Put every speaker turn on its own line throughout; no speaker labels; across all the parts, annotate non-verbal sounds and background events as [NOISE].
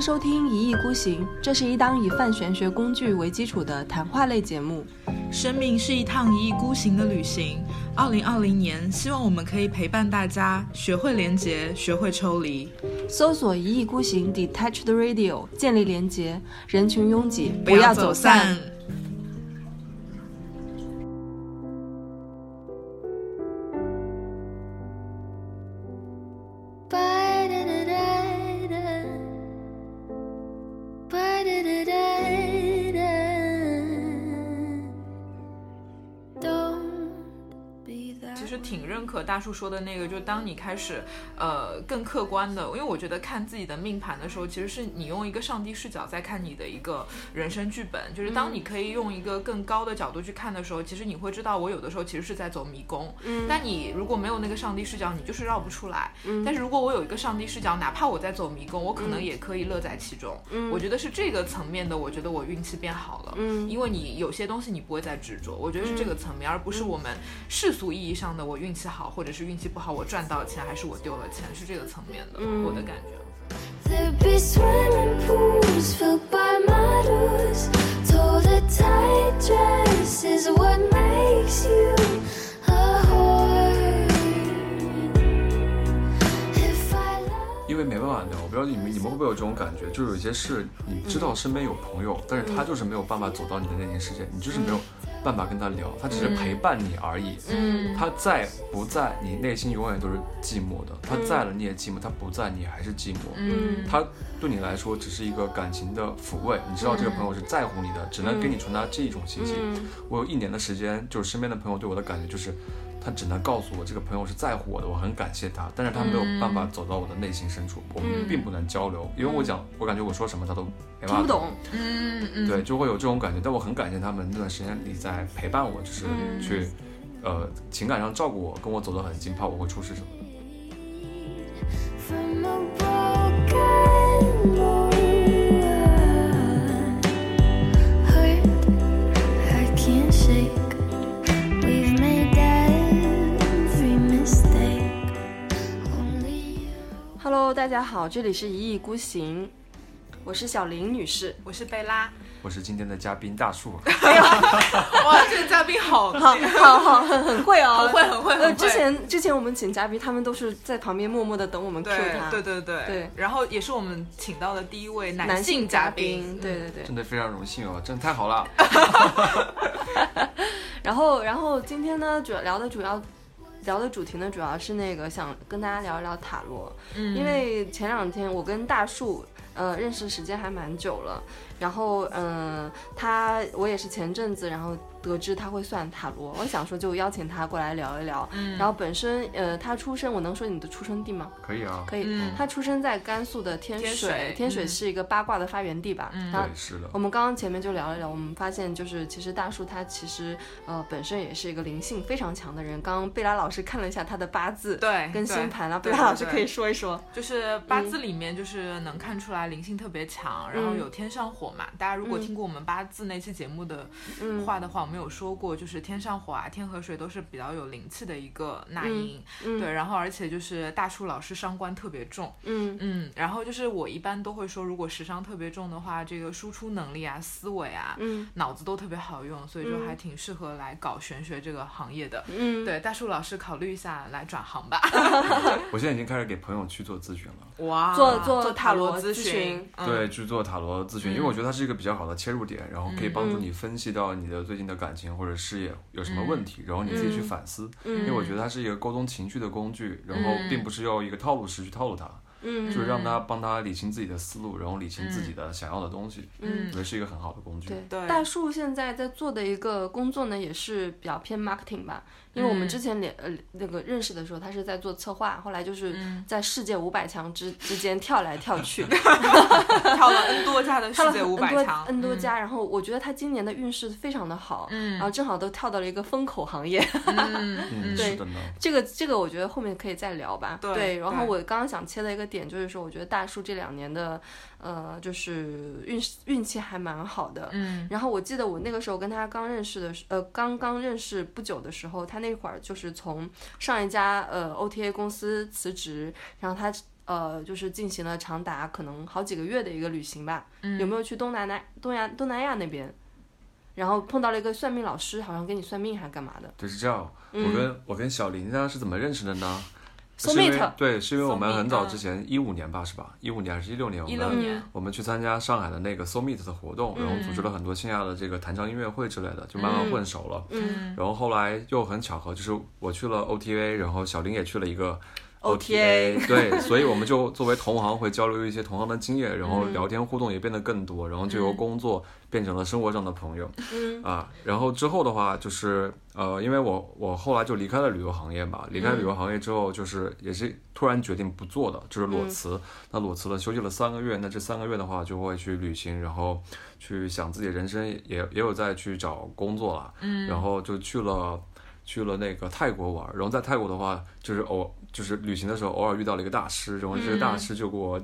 收听《一意孤行》，这是一档以泛玄学工具为基础的谈话类节目。
生命是一趟一意孤行的旅行。二零二零年，希望我们可以陪伴大家，学会连结，学会抽离。
搜索“一意孤行 ”（Detached Radio），建立连结，人群拥挤，
不要走散。其实挺认可大树说的那个，就当你开始，呃，更客观的，因为我觉得看自己的命盘的时候，其实是你用一个上帝视角在看你的一个人生剧本。就是当你可以用一个更高的角度去看的时候，其实你会知道，我有的时候其实是在走迷宫。嗯。但你如果没有那个上帝视角，你就是绕不出来。嗯。但是如果我有一个上帝视角，哪怕我在走迷宫，我可
嗯
能也可以乐在其中。嗯。我觉得是这个层面的，我觉得我运气变好了。嗯。因为你有些东西你不会再执着，我
嗯
觉得是这个层面，而不是我们世俗意义上。的我运气好，或者是运气不好，我赚到钱还是我丢了钱，是这个层面的，嗯、我的感觉。
因为没办法的，我不知道你们你们会不会有这种感觉，就是有些事你知道身边有朋友，嗯、但是他就是没有办法走到你的那件事情，你就是没有。嗯办法跟他聊，他只是陪伴你而已。嗯，他在不在，你内心永远都是寂寞的。他在了你也寂寞，他不在你还是寂寞。嗯，他对你来说只是一个感情的抚慰。你知道这个朋
嗯
友是在乎你的，只能给你传达这一种信息。嗯、我有一年的时间，就是身边的朋友对我的感觉就是，他只能告诉我这个朋友是在乎我的，我很感谢他，但是他没有办
嗯
法走到我的内心深处，我们并不能交流，因为我讲，我感觉我说什么他都没办法
不懂。
嗯嗯，对，就会有这种感觉。但我很感谢他们那段时间里在。来陪伴我，就是
嗯
去，呃，情感上照顾我，跟我走得很近，怕我会出事什么的。
Hello，大家好，这里是一意孤行。我是小林女士，
我是贝拉，
我是今天的嘉宾大树。
哇，这个嘉宾好，
[LAUGHS] 好，好，好，很很会哦，
很会，很会。
呃，之前之前我们请嘉宾，他们都是在旁边默默的等我们 Q 他。
对对对
对。
然后也是我们请到的第一位
男
性
嘉
宾，
对对对，
真的非常荣幸哦，真的太好了。
然后，然后今天呢，主要聊的主要。聊的主题呢，主要是那个想跟大家聊一聊塔罗，嗯、因为前两天我跟大树呃认识时间还蛮久了，然后嗯、呃、他我也是前阵子然后得知他会算塔罗，我想说就邀请他过来聊一聊，嗯、然后本身呃他出生我能说你的出生地吗？
可以啊，
可以，嗯、他出生在甘肃的天水，嗯天水是一个八卦的发源地吧？
对，是的。
我们刚刚前面就聊了聊，我们发现就是其实大树他其实呃本身也是一个灵性非常强的人，刚刚贝拉老。是看了一下他的八字，
对，
跟星盘啊，
贝
拉老师可以说一说，
就是八字里面就是能看出来灵性特别强，然后有
嗯
天上火嘛。大家如果听过我们八字那期节目的
嗯
话的话，我们有说过，就是天上火啊、天和水都是比较有灵气的一个纳
嗯
音，对。然后而且就是大树老师伤官特别重，嗯嗯。然后就是我一般都会说，如果时伤特别重的话，这个输出能力啊、思维啊、
嗯
脑子都特别好用，所以就还挺适合来搞玄学这个行业的。嗯，对，大树老师。考虑一下来转行吧。
我现在已经开始给朋友去做咨询了。
哇，
做
做
塔
罗
咨
询，嗯
对，去做塔罗咨询，因为我觉得它是一个比较好的切入点，然后可以帮
嗯
助你分析到你的最近的感情或者事业有什么问题，然后你自
嗯
己去反思。
嗯
因为我觉得它是一个沟通情绪的工具，然
嗯
后并不是要一个套路式去套路它，
嗯
就是让他帮他理清自己的思路，然后理清自己的想要的东西。嗯，我觉得是一个很好的工具。
对，大树现在在做的一个工作呢，也是比较偏 marketing 吧。因为我们之前连呃那个认识的时候，他是在做策划，后来就是在世界五百强之之间跳来跳去，
跳了 N 多家的世界五百强嗯
，N 多家。然后我觉得他今年的运势非常的好，然后正好都跳到了一个风口行业。 [LAUGHS]
嗯
对，这个这个我觉得后面可以再聊吧。
对，
然后我刚刚想切的一个点就是说，我觉得大叔这两年的呃就是运运气还蛮好的。嗯。然后我记得我那个时候跟他刚认识的呃刚刚认识不久的时候，他。那会儿就是从上一家呃 OTA 公司辞职，然后他呃，就是进行了长达可能好几个月的一个旅行吧。嗯、有没有去东南亚、东亚、东南亚那边？然后碰到了一个算命老师，好像给你算命还干嘛的？嗯
对，是这样。
嗯
我跟、我跟小林啊呢是怎么认识的呢？是
soul
因
mate
为
[LAUGHS]
对，是因为我们
Soulmate，嗯
很早之前一五年吧，是吧？一五年还是一六年？我
一六
们
年，
我们去参加上海的那个 Soul Meet 的活动，然后组织了很多线下的这个弹唱音乐会之类的，就慢慢混熟了。
嗯
然后后来又很巧合，就是我去了 OTA，然后小林也去了一个
OTA [LAUGHS]
对，所以我们就作为同行会交流一些同行的经验，然
嗯
后聊天互动也变得更多，然后就由工作变成了生活上的朋友。
嗯
啊，然后之后的话就是呃，因为我我后来就离开了旅游行业嘛，离开旅游行业之后，就是也是突然决定不做的，就是
嗯
裸辞。那裸辞了，休息了三个月，那这三个月的话就会去旅行，然后去想自己人生也，也有在去找工作了，嗯，然后就去了。去了那个泰国玩，然后在泰国的话，就是偶就是旅行的时候偶尔遇到了一个大师，然后这个大师就给我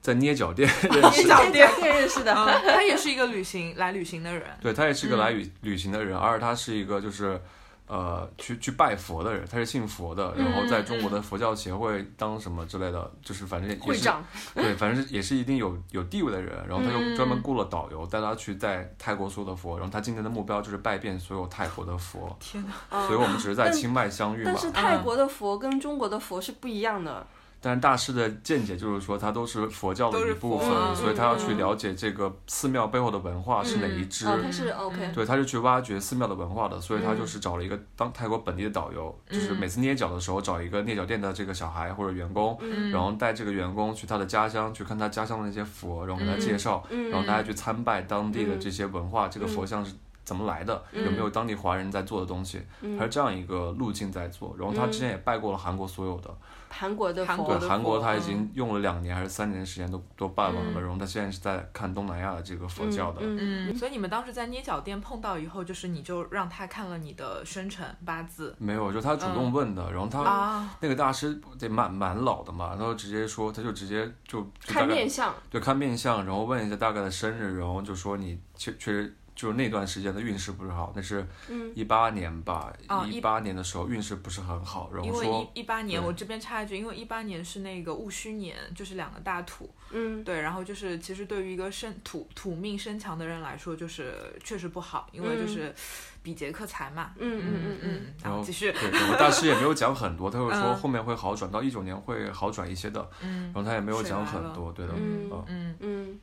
在捏脚店
嗯
认识
捏
[LAUGHS]
脚店
店认识的，
嗯，他也是一个旅行来旅行的人，
[LAUGHS] 对他也是一个来
嗯
旅旅行的人，而他是一个就是，呃，去去拜佛的人，他是信佛的，
嗯
然后在中国的佛教协会当什么之类的，就是反正 [LAUGHS] 也
会
是
长，嗯
对，反正是也是一定有有地位的人。然后他就专门雇了导游带他去在泰国所有的佛，然后他今年的目标就是拜遍所有泰国的佛，
天哪，
所以我们只是在
但
清迈相遇
嗯
嘛
但。是泰
嗯
国的佛跟中国的佛是不一样的，
但是大师的见解就是说，他都是佛教
都
的
是
一部
佛
分，
嗯嗯
所以他要去了解这个寺庙背后的文化是哪一支。
哦，它是 OK，
嗯对，他是去挖掘寺庙的文化的，所以他就是找了一个当泰国本地的导游，
嗯
就是每次捏脚的时候找一个捏脚店的这个小孩或者员工，
嗯
然后带这个员工去他的家乡，去看他家乡的那些佛，然后给他
嗯
介绍，
嗯
然后大家去参拜当地的这些文化，这个
嗯
佛像是。怎么来的？
嗯
有没有当地华人在做的东西？
嗯
还是这样一个路径在做。然后他之前也拜过了韩国所有的，
韩国的
韩
佛
国的嗯
对韩国
佛
他已经用了两年还是三年的时间都都拜完了。然后他现在是在看东南亚的这个佛教的。
嗯，所以你们当时在捏脚店碰到以后，就是你就让他看了你的生辰八字
没有，就他主动问的。然后他
嗯啊，
那个大师得蛮蛮老的嘛，他就直接说，他就直接就
嗯
就
嗯
大
看
概
面相，
对看面相，然后问一下大概的生日，然后就说你确确实就是那段时间的运势不是好，那是
嗯
一八年吧
哦，
一
一
八、年的时候运势不是很好，然
因
后
为
说
一一八年，
对
我这边插一句，因为一八年是那个戊戌年，就是两个大土，
嗯
对，然后就是其实对于一个身土土命身强的人来说，就是确实不好，因为就是比劫克财嘛，
嗯嗯嗯嗯，
嗯，
然
然
后
后继续，
对，然后大师也没有讲很多，他就说
嗯
后面会好转，到一九年会好转一些的，
嗯
然后他也没有
水
讲
来
很
了
多，对的，
嗯
嗯
嗯
嗯，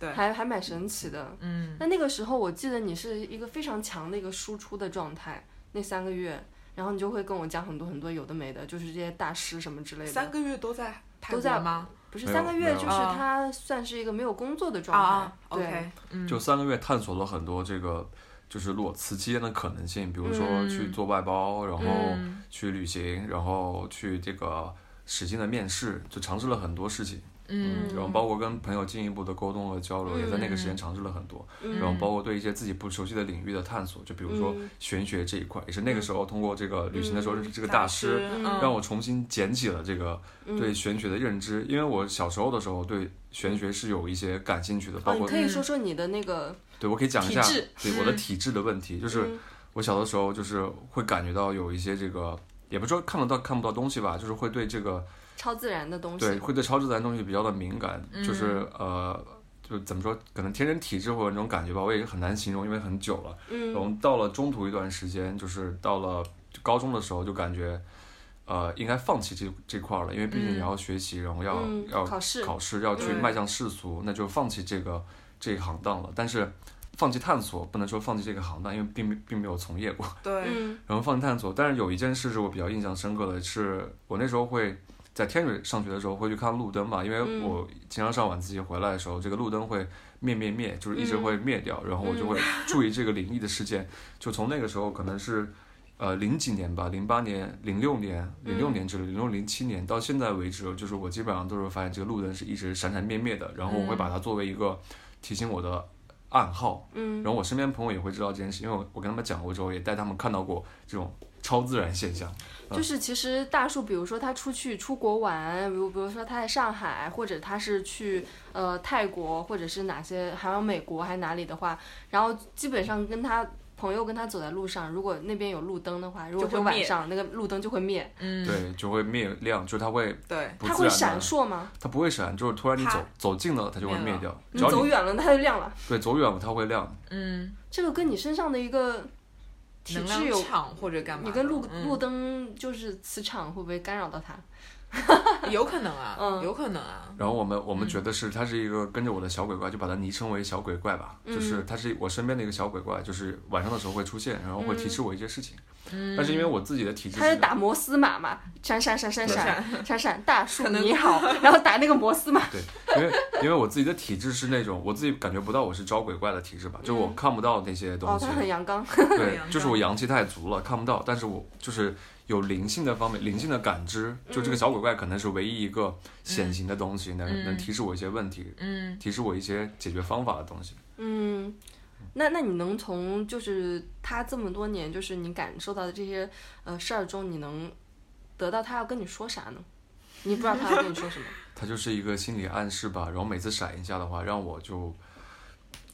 对
还还蛮神奇的。
嗯，
那那个时候，我记得你是一个非常强的一个输出的状态，那三个月，然后你就会跟我讲很多很多有的没的，就是这些大师什么之类的。
三个月都在泰
都
国
在
吗？
不是
没有
三个
没
月，
有
就是
啊
他算是一个没有工作的状态。
啊
对
，OK，嗯，
就三个月探索了很多这个就是裸辞期间的可能性，比如说
嗯
去做外包，然后
嗯
去旅行，然后去这个使劲的面试，就尝试了很多事情。
嗯，
然后包括跟朋友进一步的沟通和交流，
嗯
也在那个时间尝试了很多。
嗯
然后包括对一些自己不熟悉的领域的探索，就比如说
嗯
玄学这一块，也是那个时候通过这个旅行的时候认识这个大师，
嗯师，
让我重新捡起了这个对玄学的认知。因为我小时候的时候对玄学是有一些感兴趣的，包
哦，你
括
可以
嗯
说说你的那个，
对我可以讲一下
体质
对我的体质的问题，就是
嗯
我小的时候就是会感觉到有一些这个，也不是说看得到看不到东西吧，就是会对这个
超自然的东西。嗯
对会对超自然东西比较的敏感，就是呃。就怎么说，可能天生体质或者那种感觉吧，我也很难形容，因为很久了。
嗯
然后到了中途一段时间，就是到了高中的时候，就感觉，呃，应该放弃这这块儿了，因为毕竟也要学习，然后要、
嗯
要
考试
考试要去
对
迈向世俗，那就放弃这个这一行当了。但是放弃探索，不能说放弃这个行当，因为并没并没有从业过。
对，
嗯
然后放弃探索，但是有一件事是我比较印象深刻的是，我那时候会在天水上学的时候会去看路灯嘛，因为
嗯
我经常上晚自习回来的时候，这个路灯会灭灭灭，就是一直会灭掉，然后我就会注意这个灵异的事件。就从那个时候可能是。呃，零几年吧，零八年、零六年、零六年之类，零六零七年到现在为止，就是我基本上都是发现这个路灯是一直闪闪灭灭的，然后我会把它作为一个提醒我的暗号，
嗯
然后我身边朋友也会知道这件事，因为我我跟他们讲过之后，也带他们看到过这种超自然现象。
就是其实大树，比如说他出去出国玩，比如比如说他在上海，或者他是去呃泰国，或者是哪些还有美国还哪里的话，然后基本上跟他朋友跟他走在路上，如果那边有路灯的话，如果
就会
是晚
灭
上，那个路灯就会灭，
嗯，
对，就会灭亮，就是它会
对，
不
它
自
会
然
闪
的，
烁吗？
它不会闪，就是突然你
啪
走走近了，它就会
灭
灭
了
掉。
你
只要
走
你
远了，它就亮了。
对走远了，它会亮。
嗯，
这个跟你身上的一个体
能
质
量
有，
场或者干嘛的？
你跟路
嗯
路灯就是磁场会不会干扰到它？
有可能啊，
嗯
有可能啊，
然后我们我们觉得是它是一个跟着我的小鬼怪，就把它昵称为小鬼怪吧，
嗯
就是它是我身边的一个小鬼怪，就是晚上的时候会出现，然后会提示我一些事情。但是因为我自己的体质
嗯它
是
是打摩斯码嘛，闪闪闪闪闪
闪
闪闪，大树
可能
你
[LAUGHS]
好，然后打那个摩斯码。
对，因为因为我自己的体质是那种我自己感觉不到我是招鬼怪的体质吧，就是我看不到那些
嗯哦，
东西
它，很阳刚，
很
对
[LAUGHS] 阳，
就是
刚
我阳气太足了，看不到，但是我就是有灵性的方面，灵性的感知，就
嗯
这个小鬼怪可能是唯一一个显形的东西，能能提示我一些问题，
嗯。
提示我一些解决方法的东西。
嗯。那那你能从就是他这么多年，就是你感受到的这些呃事儿中，你能得到他要跟你说啥呢？你不知道他要跟你说什么。
它就是一个心理暗示吧。然后每次闪一下的话，让我就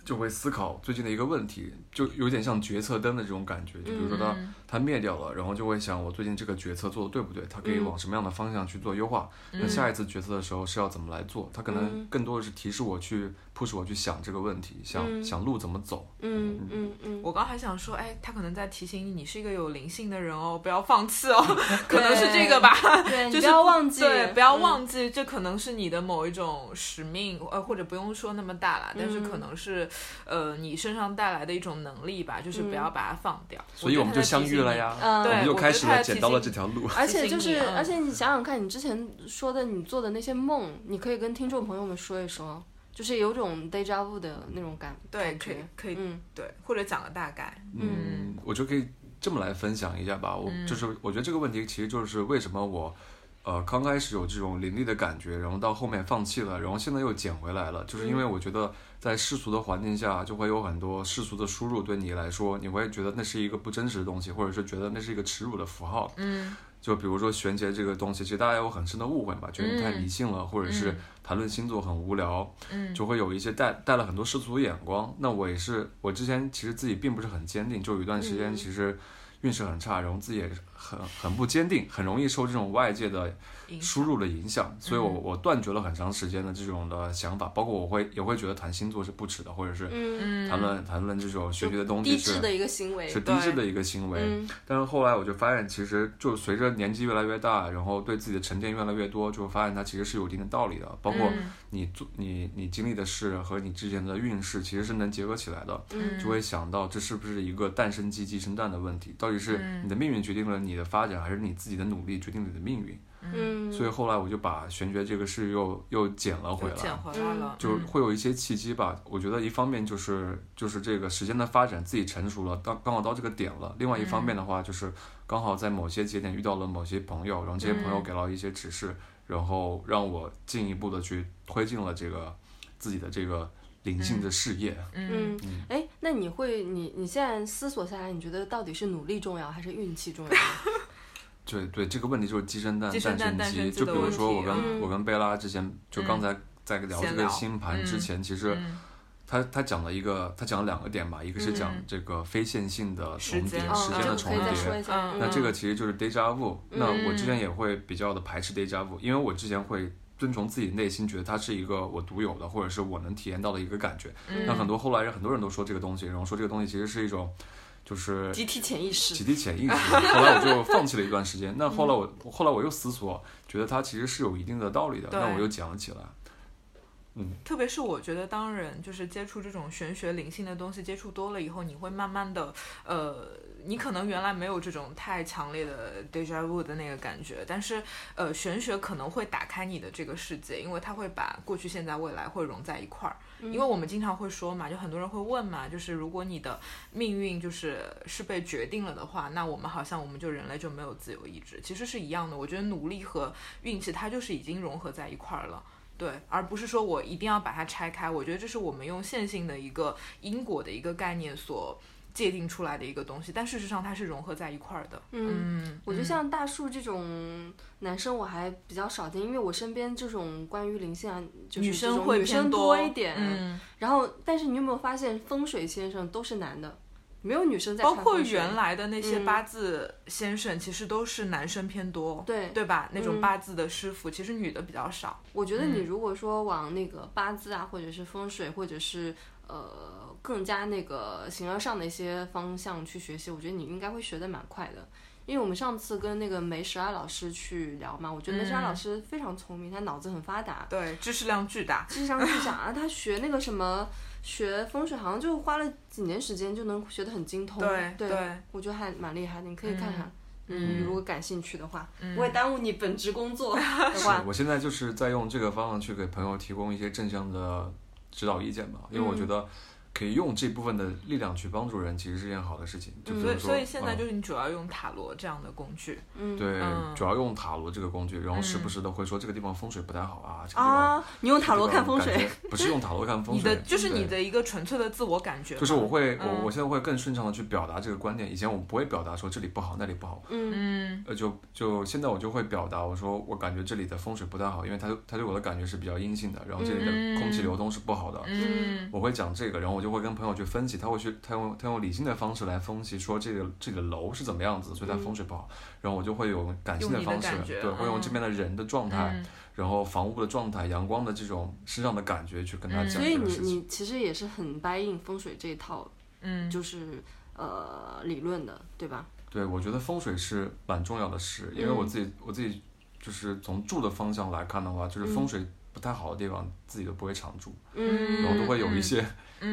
就会思考最近的一个问题，就有点像决策灯的这种感觉。就比如说它、
嗯
它灭掉了，然后就会想我最近这个决策做的对不对？它可以
嗯
往什么样的方向去做优化？那下一次决策的时候是要怎么来做？它可能更多的是提示我去 push 我去想这个问题，想想路怎么走。
嗯嗯嗯，
我刚还想说，哎，他可能在提醒你，你是一个有灵性的人哦，不要放弃哦， [LAUGHS] 可能是这个吧。
[LAUGHS] 对，你
就是
不要忘记，
对，不要
嗯
忘记，这可能是你的某一种使命，呃，或者不用说那么大啦，但是
嗯
可能是，呃，你身上带来的一种能力吧，就是不要把它放掉。
所以我们就相遇了。呀，
嗯
我们
对
就
我
开
觉
始
得它
了
的
捡
提
到了
醒
这条路。
而且就
提醒
是
你，嗯
而且你啊想想看，你之前说的，你做的那些梦，你可以跟听众朋友们说一说，就是有种 deja vu 的那种感
对，
感
可以
觉。
可以，
嗯
对，或者讲个大概。
嗯，我就可以这么来分享一下吧。我就是我觉得这个问题其实就是为什么我，呃，刚开始有这种凌厉的感觉，然后到后面放弃了，然后现在又捡回来了，就是因为我觉得在世俗的环境下，就会有很多世俗的输入对你来说，你会觉得那是一个不真实的东西，或者是觉得那是一个耻辱的符号。
嗯
就比如说玄学这个东西，其实大家有很深的误会嘛，觉得
嗯
你太迷信了，或者是谈论星座很无聊，
嗯
就会有一些带带了很多世俗的眼光。那我也是，我之前其实自己并不是很坚定，就有一段时
嗯
间其实运势很差，然后自己也很很不坚定，很容易受这种外界的
影
输入的影响，所以
嗯
我我断绝了很长时间的这种的想法，包括我会也会觉得谈星座是不耻的，或者是
嗯，
谈论谈论这种玄学的东
低
西
智
是
的一个行为
是。低智的一个行为。
嗯
但是后来我就发现，其实就随着年纪越来越大，然后对自己的沉淀越来越多，就发现它其实是有一定的道理的。包括
嗯
你做、你你经历的事和你之前的运势，其实是能结合起来的。
嗯
就会想到这是不是一个蛋生鸡鸡生蛋的问题？到底是
嗯
你的命运决定了你的发展，还是你自己的努力决定了你的命运？
嗯，
所以后来我就把玄学这个事又又捡了回
就
来，
捡回来了。
就会有一些契机吧。我觉得一方面就是就是这个时间的发展，自己成熟了，刚刚好到这个点了；另外一方面的话，
嗯
就是刚好在某些节点遇到了某些朋友，然后这些朋
嗯
友给了一些指示，然后让我进一步的去推进了这个自己的这个灵性的事业。
嗯，哎，那你会，你你现在思索下来，你觉得到底是努力重要还是运气重要呢？
对对，这个问题就是鸡生蛋，
鸡生蛋
蛋
蛋生
鸡。
鸡
就比
的
如
问
说
题嗯
我跟、
嗯
我跟贝拉之前就刚才在聊
闲
这个
聊
星盘之
嗯
前，其实
嗯
他他讲了一个，他讲了两个点吧，一个是讲
嗯
这个非线性的重
间
叠，
哦，
时间
这
的
个
重
可以再说
叠。
一下。
嗯
那
嗯
这个其实就是 deja vu、那我之前也会比较的排斥 deja vu，因为我之前会遵从自己内心，觉得它是一个我独有的，或者是我能体验到的一个感觉。
嗯
那
嗯
很多后来人很多人都说这个东西，然后说这个东西其实是一种，就是
集体潜意识
集。体
[LAUGHS]
潜意识。后来我就放弃了一段时间。那后来
嗯
我、后来我又思索，觉得它其实是有一定的道理的。
对
那我又讲了起来。
特别是我觉得，当人就是接触这种玄学灵性的东西接触多了以后，你会慢慢的，呃，你可能原来没有这种太强烈的 deja vu 的那个感觉，但是呃，玄学可能会打开你的这个世界，因为它会把过去、现在、未来会融在一块儿。因
嗯
为我们经常会说嘛，就很多人会问嘛，就是如果你的命运就是是被决定了的话，那我们好像我们就人类就没有自由意志，其实是一样的。我觉得努力和运气它就是已经融合在一块儿了。对，而不是说我一定要把它拆开。我觉得这是我们用线性的一个因果的一个概念所界定出来的一个东西，但事实上它是融合在一块儿的。嗯，
我觉得像大树这种男生我还比较少见，因为我身边这种关于灵性啊，就是
女
这
生
种
会
女
偏
生多
多
一点。
嗯，
然后，但是你有没有发现风水先生都是男的？没有女生在
包
看
括
风水
原来的那些
嗯
八字先生，其实都是男生偏多，
对
对吧？那种
嗯
八字的师傅，其实女的比较少。
我觉得
嗯
你如果说往那个八字啊，或者是风水，或者是呃更加那个形而上的一些方向去学习，我觉得你应该会学得蛮快的。因为我们上次跟那个梅十二老师去聊嘛，我觉得梅十二
嗯
老师非常聪明，他脑子很发达，
对，知识量巨大。
智商去想啊，他学那个什么学风水，好像就花了几年时间就能学得很精通。
对
嗯对，
对
我觉得还蛮厉害的，你可以看看。
嗯
嗯，如果感兴趣的话，不会耽误你本职工
[LAUGHS]
作的
是
话，
我现在就是在用这个方向去给朋友提供一些正向的指导意见吧，因为我觉嗯得可以用这部分的力量去帮助人，其实是件好的事情。就比
所
如
以，
说，
所以现在
嗯
就是你主要用塔罗这样的工具
嗯，
对
嗯，
主要用塔罗这个工具，然后时不时的会说这个地方风水不太好嗯啊，这个地方
啊，你用塔罗看风，
这
水
个，感觉不是用塔罗看风
你
水，
的就是你
对
的一个纯粹的自我感觉吧。
就是我会，
嗯
我我现在会更顺畅的去表达这个观点。以前我不会表达说这里不好，那里不好，
嗯
嗯
呃，就就现在我就会表达，我说我感觉这里的风水不太好，因为它它对我的感觉是比较阴性的，然后这里的空气流通是不好的。
嗯
我会讲这个，然后我就会跟朋友去分析，他会去他用他用理性的方式来分析，说这个这个楼是怎么样子，所以它风水不好。然后我就会有感性
嗯用你的
方式
感，觉
对，会用这边的人的状态，
嗯
然后房屋的状态、阳光的这种身上的感觉去跟他
嗯
讲
所以
这个
你
事情。
你其实也是很 buy in 风水这一套，
嗯，
就是呃理论的，对吧？
对，我觉得风水是蛮重要的事，因为
嗯
我自己、我自己就是从住的方向来看的话，就是风水不太好的地方，自己都不会常住，
嗯
然后都会有一些、
嗯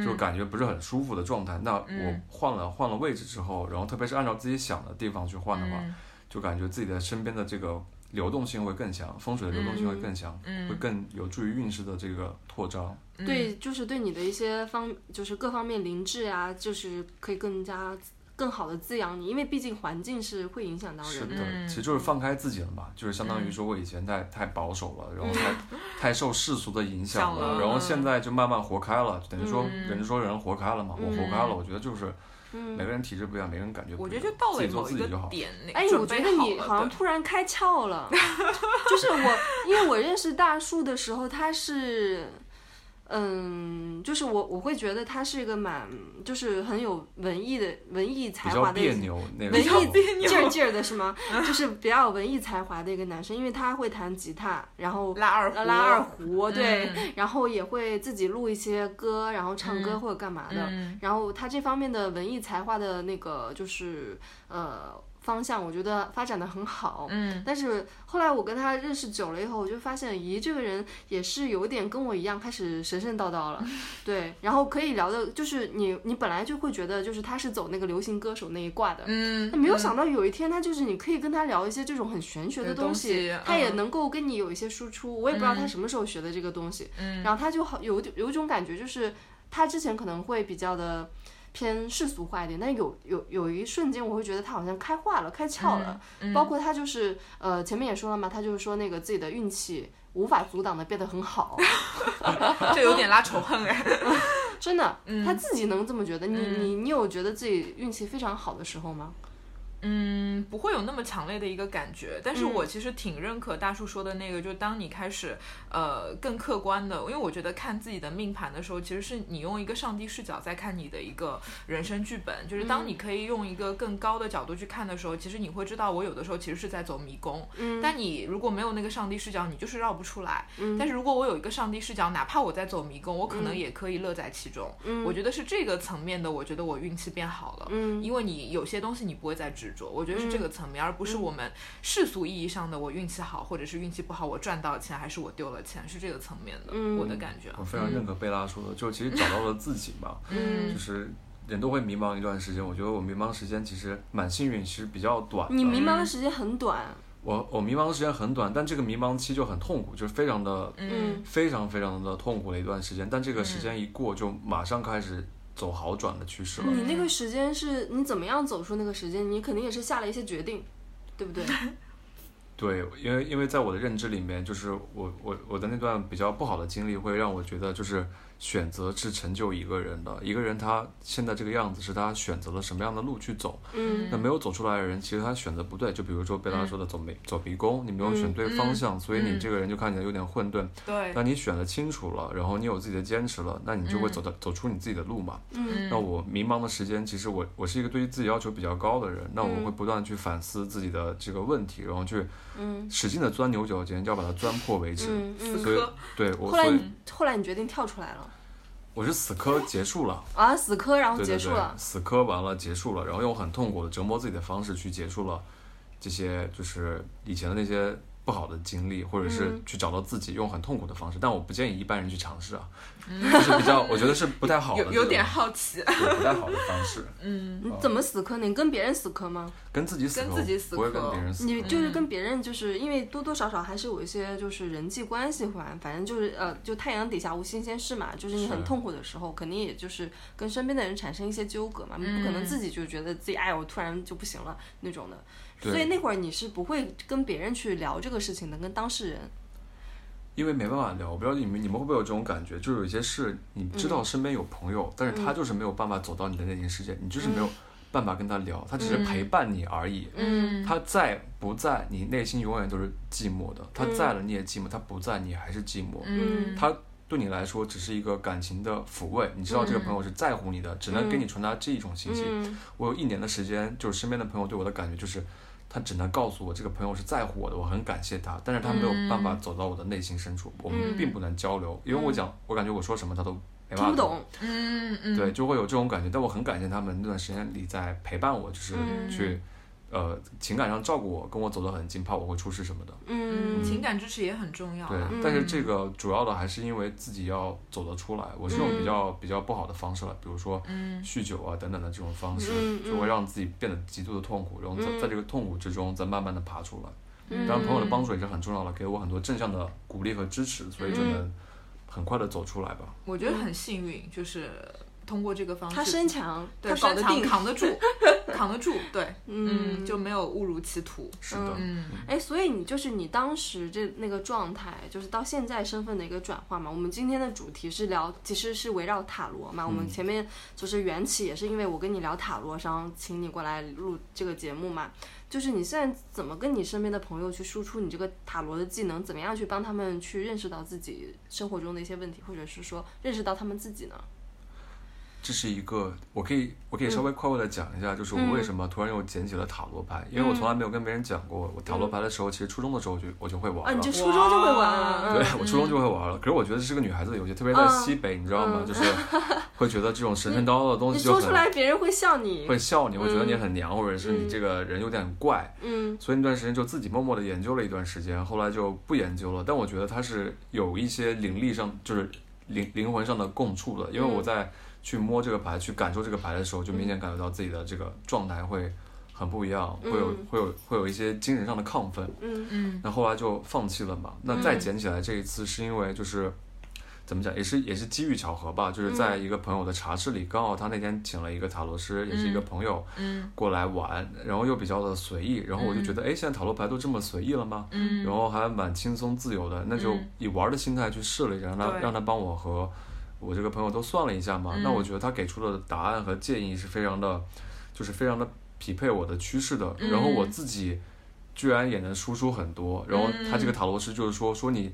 就感觉不是很舒服的状态。那我
嗯
换了换了位置之后，然后特别是按照自己想的地方去换的话，
嗯
就感觉自己的身边的这个流动性会更强，风水的流动性会更强，
嗯
会更有助于运势的这个扩张。
嗯
对，就是对你的一些方，就是各方面灵智啊，就是可以更加更好的滋养你，因为毕竟环境是会影响到
是
人
的
的。，
嗯
其实就是放开自己了嘛，就是相当于说我以前太太保守了，然后太太受世俗的影响
想嗯
了，
了
然后现在就慢慢活开了，就等于说
嗯
人家说人活开了嘛，我活开了，我觉得就是
嗯
每个人体质不一样，每个人感觉不
我
一
觉
样
得就到，
自
了
己做
某
自
一
己就
个
好。
点，那
哎，我
准
觉
备
得你
了
好像
对
突然开窍
[LAUGHS]
了，就是我，因为我认识大树的时候，他是，嗯，就是我我会觉得他是一个蛮，就是很有文艺的文艺
比
才
较
华的
别扭，那个
文艺
时候
别扭
劲儿劲儿的是
[LAUGHS]
吗？就是比较有文艺才华的一个男生，因为他会弹吉他，然后
拉二胡
拉二胡，
嗯
对，然后也会自己录一些歌，然后唱歌或者干嘛的。
嗯
然后他这方面的文艺才华的那个就是呃方向，我觉得发展的很好。
嗯
但是后来我跟他认识久了以后，我就发现，咦，这个人也是有点跟我一样，开始神神叨叨
[LAUGHS]
了。对，然后可以聊的，就是你你本来就会觉得，就是他是走那个流行歌手那一挂的，
嗯
那没有想到有一天，他就是你可以跟他聊一些这种很玄学的东
这个东西
他也
嗯
能够跟你有一些输出。我也不知道他什么时候学的这个东西，
嗯
然后他就好有有一种感觉，就是他之前可能会比较的偏世俗化一点，但有有有一瞬间，我会觉得他好像开化了，开窍了。
嗯
包括他就是呃，前面也说了嘛，他就是说那个自己的运气无法阻挡的变得很
[LAUGHS]
好，
这有点拉仇恨哎。
真的，
嗯
他自己能这么觉得。你你你有觉得自己运气非常好的时候吗？
[LAUGHS] 嗯，不会有那么强烈的一个感觉，但是我其实挺认可大叔说的那个，就当你开始呃更客观的，因为我觉得看自己的命盘的时候，其实是你用一个上帝视角在看你的一个人生剧本，就是当你可以用一个更高的角度去看的时候，其实你会知道我有的时候其实是在走迷宫，
嗯
但你如果没有那个上帝视角，你就是绕不出来。
嗯
但是如果我有一个上帝视角，哪怕我在走迷宫，我可能
嗯
也可以乐在其中。
嗯
我觉得是这个层面的，我觉得我运气变好了。
嗯
因为你有些东西你不会再执着，我觉得是这个层面，而不是
嗯
我们世俗意义上的我运气好，或者是运气不好，我赚到钱还是我丢了钱，是这个层面的，
嗯
我的感觉啊。
我非常认可贝拉说的，就其实找到了自己嘛，
嗯
就是人都会迷茫一段时间。我觉得我迷茫时间其实蛮幸运，其实比较短的。
你迷
嗯
茫的时间很短，
我我迷茫的时间很短，但这个迷茫期就很痛苦，就是非常的、
嗯
非常非常的痛苦的一段时间。但这个时间一过，就马上开始走好转的趋势了。
你那个时间是你怎么样走出那个时间？你肯定也是下了一些决定，对
[LAUGHS]
不对？
对，因为因为在我的认知里面，就是我我我的那段比较不好的经历，会让我觉得就是选择是成就一个人的。一个人他现在这个样子，是他选择了什么样的路去走。
嗯
那没有走出来的人，其实他选择不对。就比如说贝拉说的走迷走迷宫，你没
嗯
有选对方向，所以你这个人就看起来有点混沌。
对，
但你选的清楚了，然后你有自己的坚持了，那你就会走到走出你自己的路嘛。
嗯
那我迷茫的时间，其实我我是一个对于自己要求比较高的人，那我会不断地去反思自己的这个问题，然后去
嗯
使劲的钻牛角尖，要把它钻破为止。
嗯嗯。
所以
磕，
对我，
后来
所以
你后来你决定跳出来了
我是死磕结束了，
啊，死磕，
哦
然后
对
结
对
束
对
了，。
死磕完了结束了，然后用很痛苦的折磨自己的方式去结束了这些就是以前的那些不好的经历，或者是
嗯
去找到自己用很痛苦的方式，但我不建议一般人去尝试啊， [LAUGHS] 就是比较我觉得是不太好的这
嗯有
种，
有点好奇，
对不太好的方式，
[LAUGHS] 嗯，
啊
你怎么死磕呢？你跟别人死磕吗？
跟自己死磕，
跟自己死
不会
磕
跟别人死
你
磕。
就是跟别人，就是因为多多少少还是有一些就是人际关系吧，反正就是呃，就太阳底下无新鲜事嘛，就是你很
是
痛苦的时候，肯定也就是跟身边的人产生一些纠葛嘛，你不
嗯
可能自己就觉得自己哎我突然就不行了那种的，
对
所以那会儿你是不会跟别人去聊这个事情的，跟当事人，
因为没办法聊，我不知道你们你们会不会有这种感觉，就是有些事你
嗯
知道身边有朋友，但是他就是没有办法走到你的内心世界，你就是没
嗯
有办法跟他聊，他只是陪伴你而已。
嗯
他在不在，你内心永远都是寂寞的。他在了你也寂寞，他不在你还是寂寞。
嗯
他对你来说只是一个感情的抚慰，你知道这个朋友是在乎你的，只能给你传达这一种信息。
嗯
我有一年的时间，就是身边的朋友对我的感觉就是，他只能告诉我这个朋友是在乎我的，我很感谢他，但是他没有办法走到我的内心深
嗯
处，我们并不能交流，因为我讲，我感觉我说什么他都没办法
听不懂，
嗯嗯，
对，就会有这种感觉。但我很感谢他们那段时间里在陪伴我，就是
嗯
去。呃，情感上照顾我，跟我走得很近，怕我会出事什么的。
嗯
嗯，情感支持也很
啊
重要啊
对，
啦，
但是这个主要的还是因为自己要走得出来。我是用比较、
嗯
比较不好的方式了，比如说
嗯
酗酒啊等等的这种方式，
嗯
就会让自己变得极度的痛苦，然后在、
嗯
在这个痛苦之中再慢慢的爬出来。
嗯
当然，朋友的帮助也是很重要的，给我很多正向的鼓励和支持，所以就
嗯
能很快的走出来吧。
我觉得很幸运，就是通过这个方式，
他身强，
对
他搞得
身强
定，
扛
[LAUGHS]
得住，扛得住，对，
嗯
嗯，就没有误入歧途，
是的，
嗯
哎，所以你就是你当时这那个状态，就是到现在身份的一个转换嘛。我们今天的主题是聊，其实是围绕塔罗嘛。我
嗯
们前面就是缘起也是因为我跟你聊塔罗，然后请你过来录这个节目嘛。就是你现在怎么跟你身边的朋友去输出你这个塔罗的技能，怎么样去帮他们去认识到自己生活中的一些问题，或者是说认识到他们自己呢？
这是一个，我可以我可以
嗯
稍微快快的讲一下，就是我为什么突然又捡起了塔罗牌，
嗯
因为我从来没有跟别人讲过，我塔罗牌的时候，其实初中的时候就我就会玩
啊，嗯
了。
你就初中就会玩嗯了，
对，我初中就会玩了，可是我觉得这是个女孩子的游戏，特别
嗯
在西北，你知道吗？
[LAUGHS]
就是会觉得这种神神叨叨的东
你
西就
说出
很
来嗯别人会笑你。
会笑你，会觉得你很娘，或者是你这个人有点怪。
嗯
所以那段时间就自己默默的研究了一段时间，后来就不研究了。但我觉得它是有一些灵力上，就是灵灵魂上的共触的，因为
嗯
我在去摸这个牌、去感受这个牌的时候，就明显感觉到自己的这个状态会很不一样，会有
嗯
会有会有一些精神上的亢奋。
嗯
嗯
那后来就放弃了嘛。那再捡起来这一次，是因为就是怎么讲，也是也是机遇巧合吧，
嗯
就是在一个朋友的茶室里，刚好他那天请了一个塔罗师，也是一个朋友，
嗯，
过来玩，然后又比较的随意，然后我就觉得，哎、现在塔罗牌都这么随意了吗？
嗯，
然后还蛮轻松自由的，那就以玩的心态去试了一下，让他
对嗯
让他帮我和我这个朋友都算了一下嘛。那我觉得他给出的答案和建议是非常的，就是非常的匹配我的趋势的。
嗯
然后我自己居然也能输出很多。然后他这个塔罗师就是说说你。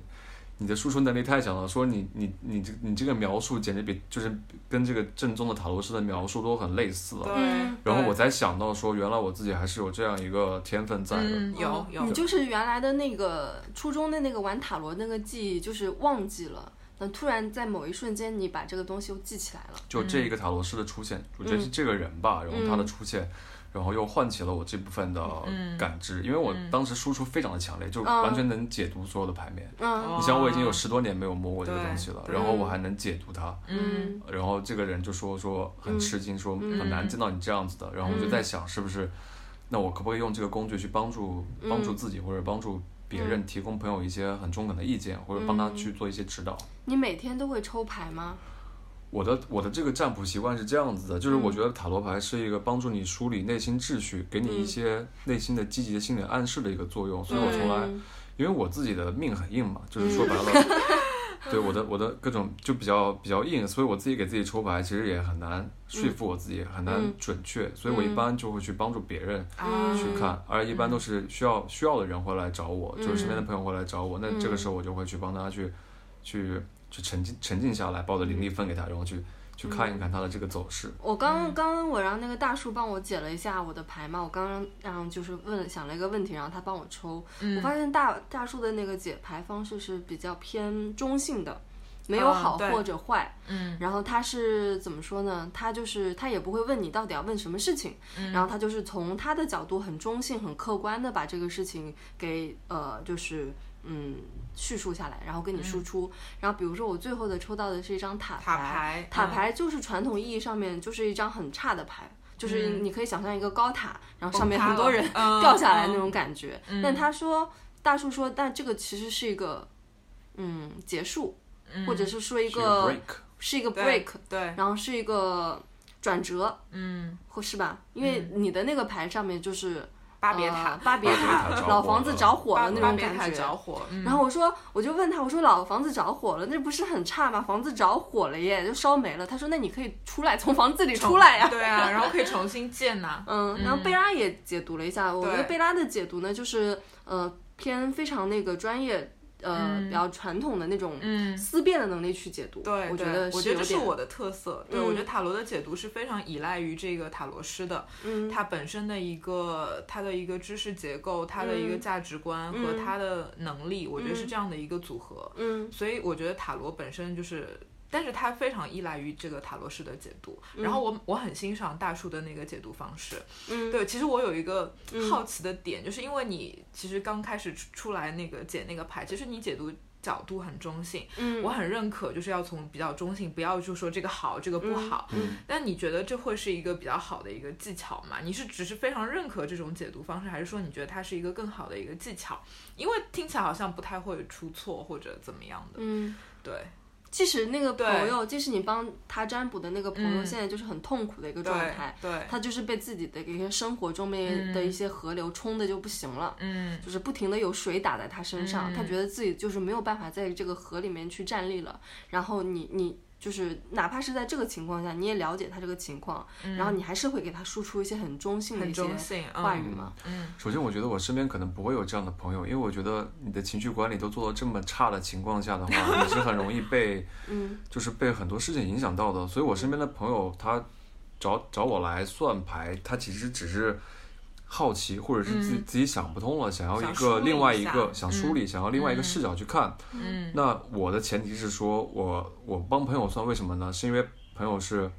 你的输出能力太强了，说你你你这你这个描述简直比就是跟这个正宗的塔罗师的描述都很类似啊了。
对
嗯，
然后我
对
才想到说，原来我自己还是有这样一个天分在的。
嗯有
哦你
有，
就是原来的那个初中的那个玩塔罗那个记忆，就是忘记了。那突然在某一瞬间，你把这个东西又记起来了。
就
嗯
这一个塔罗师的出现，我觉得是这个人吧，然后他的出现，然后又唤起了我这部分的
嗯
感知，因为我当时输出非常的强烈，就
哦
完全能解读所有的牌面。
嗯
你像我已经有十多年没有摸过这个东西了，
哦对
然后我还能解读它，
嗯
然后这个人就说说很吃惊，说很难见到你这样子的，然后我就在想是不是，那我可不可以用这个工具去帮助帮助自己或者帮助别人，提供朋友一些很中肯的意见，或者帮他去做一些指导。
你每天都会抽牌吗？
我的我的这个占卜习惯是这样子的，就是我觉得塔罗牌是一个帮助你梳理内心秩序，给你一些内心的积极的心理
嗯
暗示的一个作用，所以我从来，因为我自己的命很硬嘛，就是说白了，对我的我的各种就比较比较硬，所以我自己给自己抽牌其实也很难说服我自己，很难准确，所以我一般就会去帮助别人
啊
嗯
去看，而一般都是需要需要的人会来找我，就是身边的朋友会来找我，那这个时候我就会去帮他去去去沉浸沉浸下来，把我的灵力分给他，然后去去看一看他的这个走
嗯
势。
我刚刚我让那个大叔帮我解了一下我的牌嘛，我刚刚让就是问想了一个问题，然后他帮我抽，
嗯
我发现大大叔的那个解牌方式是比较偏中性的，没有
啊
好
对
或者坏，
嗯
然后他是怎么说呢？他就是他也不会问你到底要问什么事情，
嗯
然后他就是从他的角度很中性、很客观的把这个事情给呃就是嗯叙述下来，然后跟你输出。然后比如说我最后的抽到的是一张塔
嗯塔牌
塔
嗯
牌就是传统意义上面就是一张很差的牌。就是你可以想象一个高塔，然后上面
嗯崩塌
很多
了
人
嗯
掉下来那
嗯
种感觉。但他说，大树说，但这个其实是一个，嗯，结束，或者是说一
是一个 break，
是一个
嗯对
break，
对，
然后是一个转折，
嗯，
或是吧？因为你的那个牌上面就是
巴别塔
呃巴别
巴
塔
别塔着火
老房子着火
巴
了那
巴
种
别塔
感
着
觉。
火，嗯
然后我说，我就问他，我说老房子着火了，那不是很差吗？房子着火了耶，就烧没了。他说，那你可以出来，从房子里出来呀。
对啊，然后可以重新建呐，
[LAUGHS] 嗯，然后贝拉也解读了一下，我觉得
对
贝拉的解读呢，就是呃偏非常那个专业，呃比较传统的那种
嗯。
思辨的能力去解读。
对，
我觉
对
得
我
是
觉得
有
这是
点
我的特色。对，
嗯
我觉得塔罗的解读是非常依赖于这个塔罗师的，
嗯
他本身的一个他的一个知识结构、他的一个
嗯
价值观和
嗯
他的能力，我觉得是这样的一个组合。
嗯
所以我觉得塔罗本身就是，但是它非常依赖于这个塔罗式的解读。然后我我很欣赏大叔的那个解读方式。
嗯
对，其实我有一个好奇的点，就是因为你其实刚开始出出来那个解那个牌，其实你解读。角度很中性，
嗯
我很认可，就是要从比较中性，不要就说这个好，这个不好。
嗯
但你觉得这会是一个比较好的一个技巧吗？你是只是非常认可这种解读方式，还是说你觉得它是一个更好的一个技巧？因为听起来好像不太会出错或者怎么样的。
嗯。
对，
即使那个
对
朋友，即使你帮他占卜的那个朋友，
嗯
现在就是很痛苦的一个
对
状态，
对，
他就是被自己的一些生活中面的一些河流冲的就不行了，
嗯
就是不停的有水打在他身上，
嗯
他觉得自己就是没有办法在这个河里面去站立了。然后你你就是哪怕是在这个情况下，你也了解他这个情况，然后你还是会给他输出一些很中性的
嗯很
一些
中性
话语
嗯
嘛。
嗯
首先，我觉得我身边可能不会有这样的朋友，因为我觉得你的情绪管理都做到这么差的情况下的话，你是很容易被，
嗯
就是被很多事情影响到的。所以我身边的朋友，他找找我来算牌，他其实只是好奇，或者是自己、自己想不通了，想要
嗯
一
想梳
个
理
另外一
一
个
下
想梳理，想要另外一个视角去看。
嗯
那我的前提是说，我我帮朋友算，为什么呢？是因为朋友是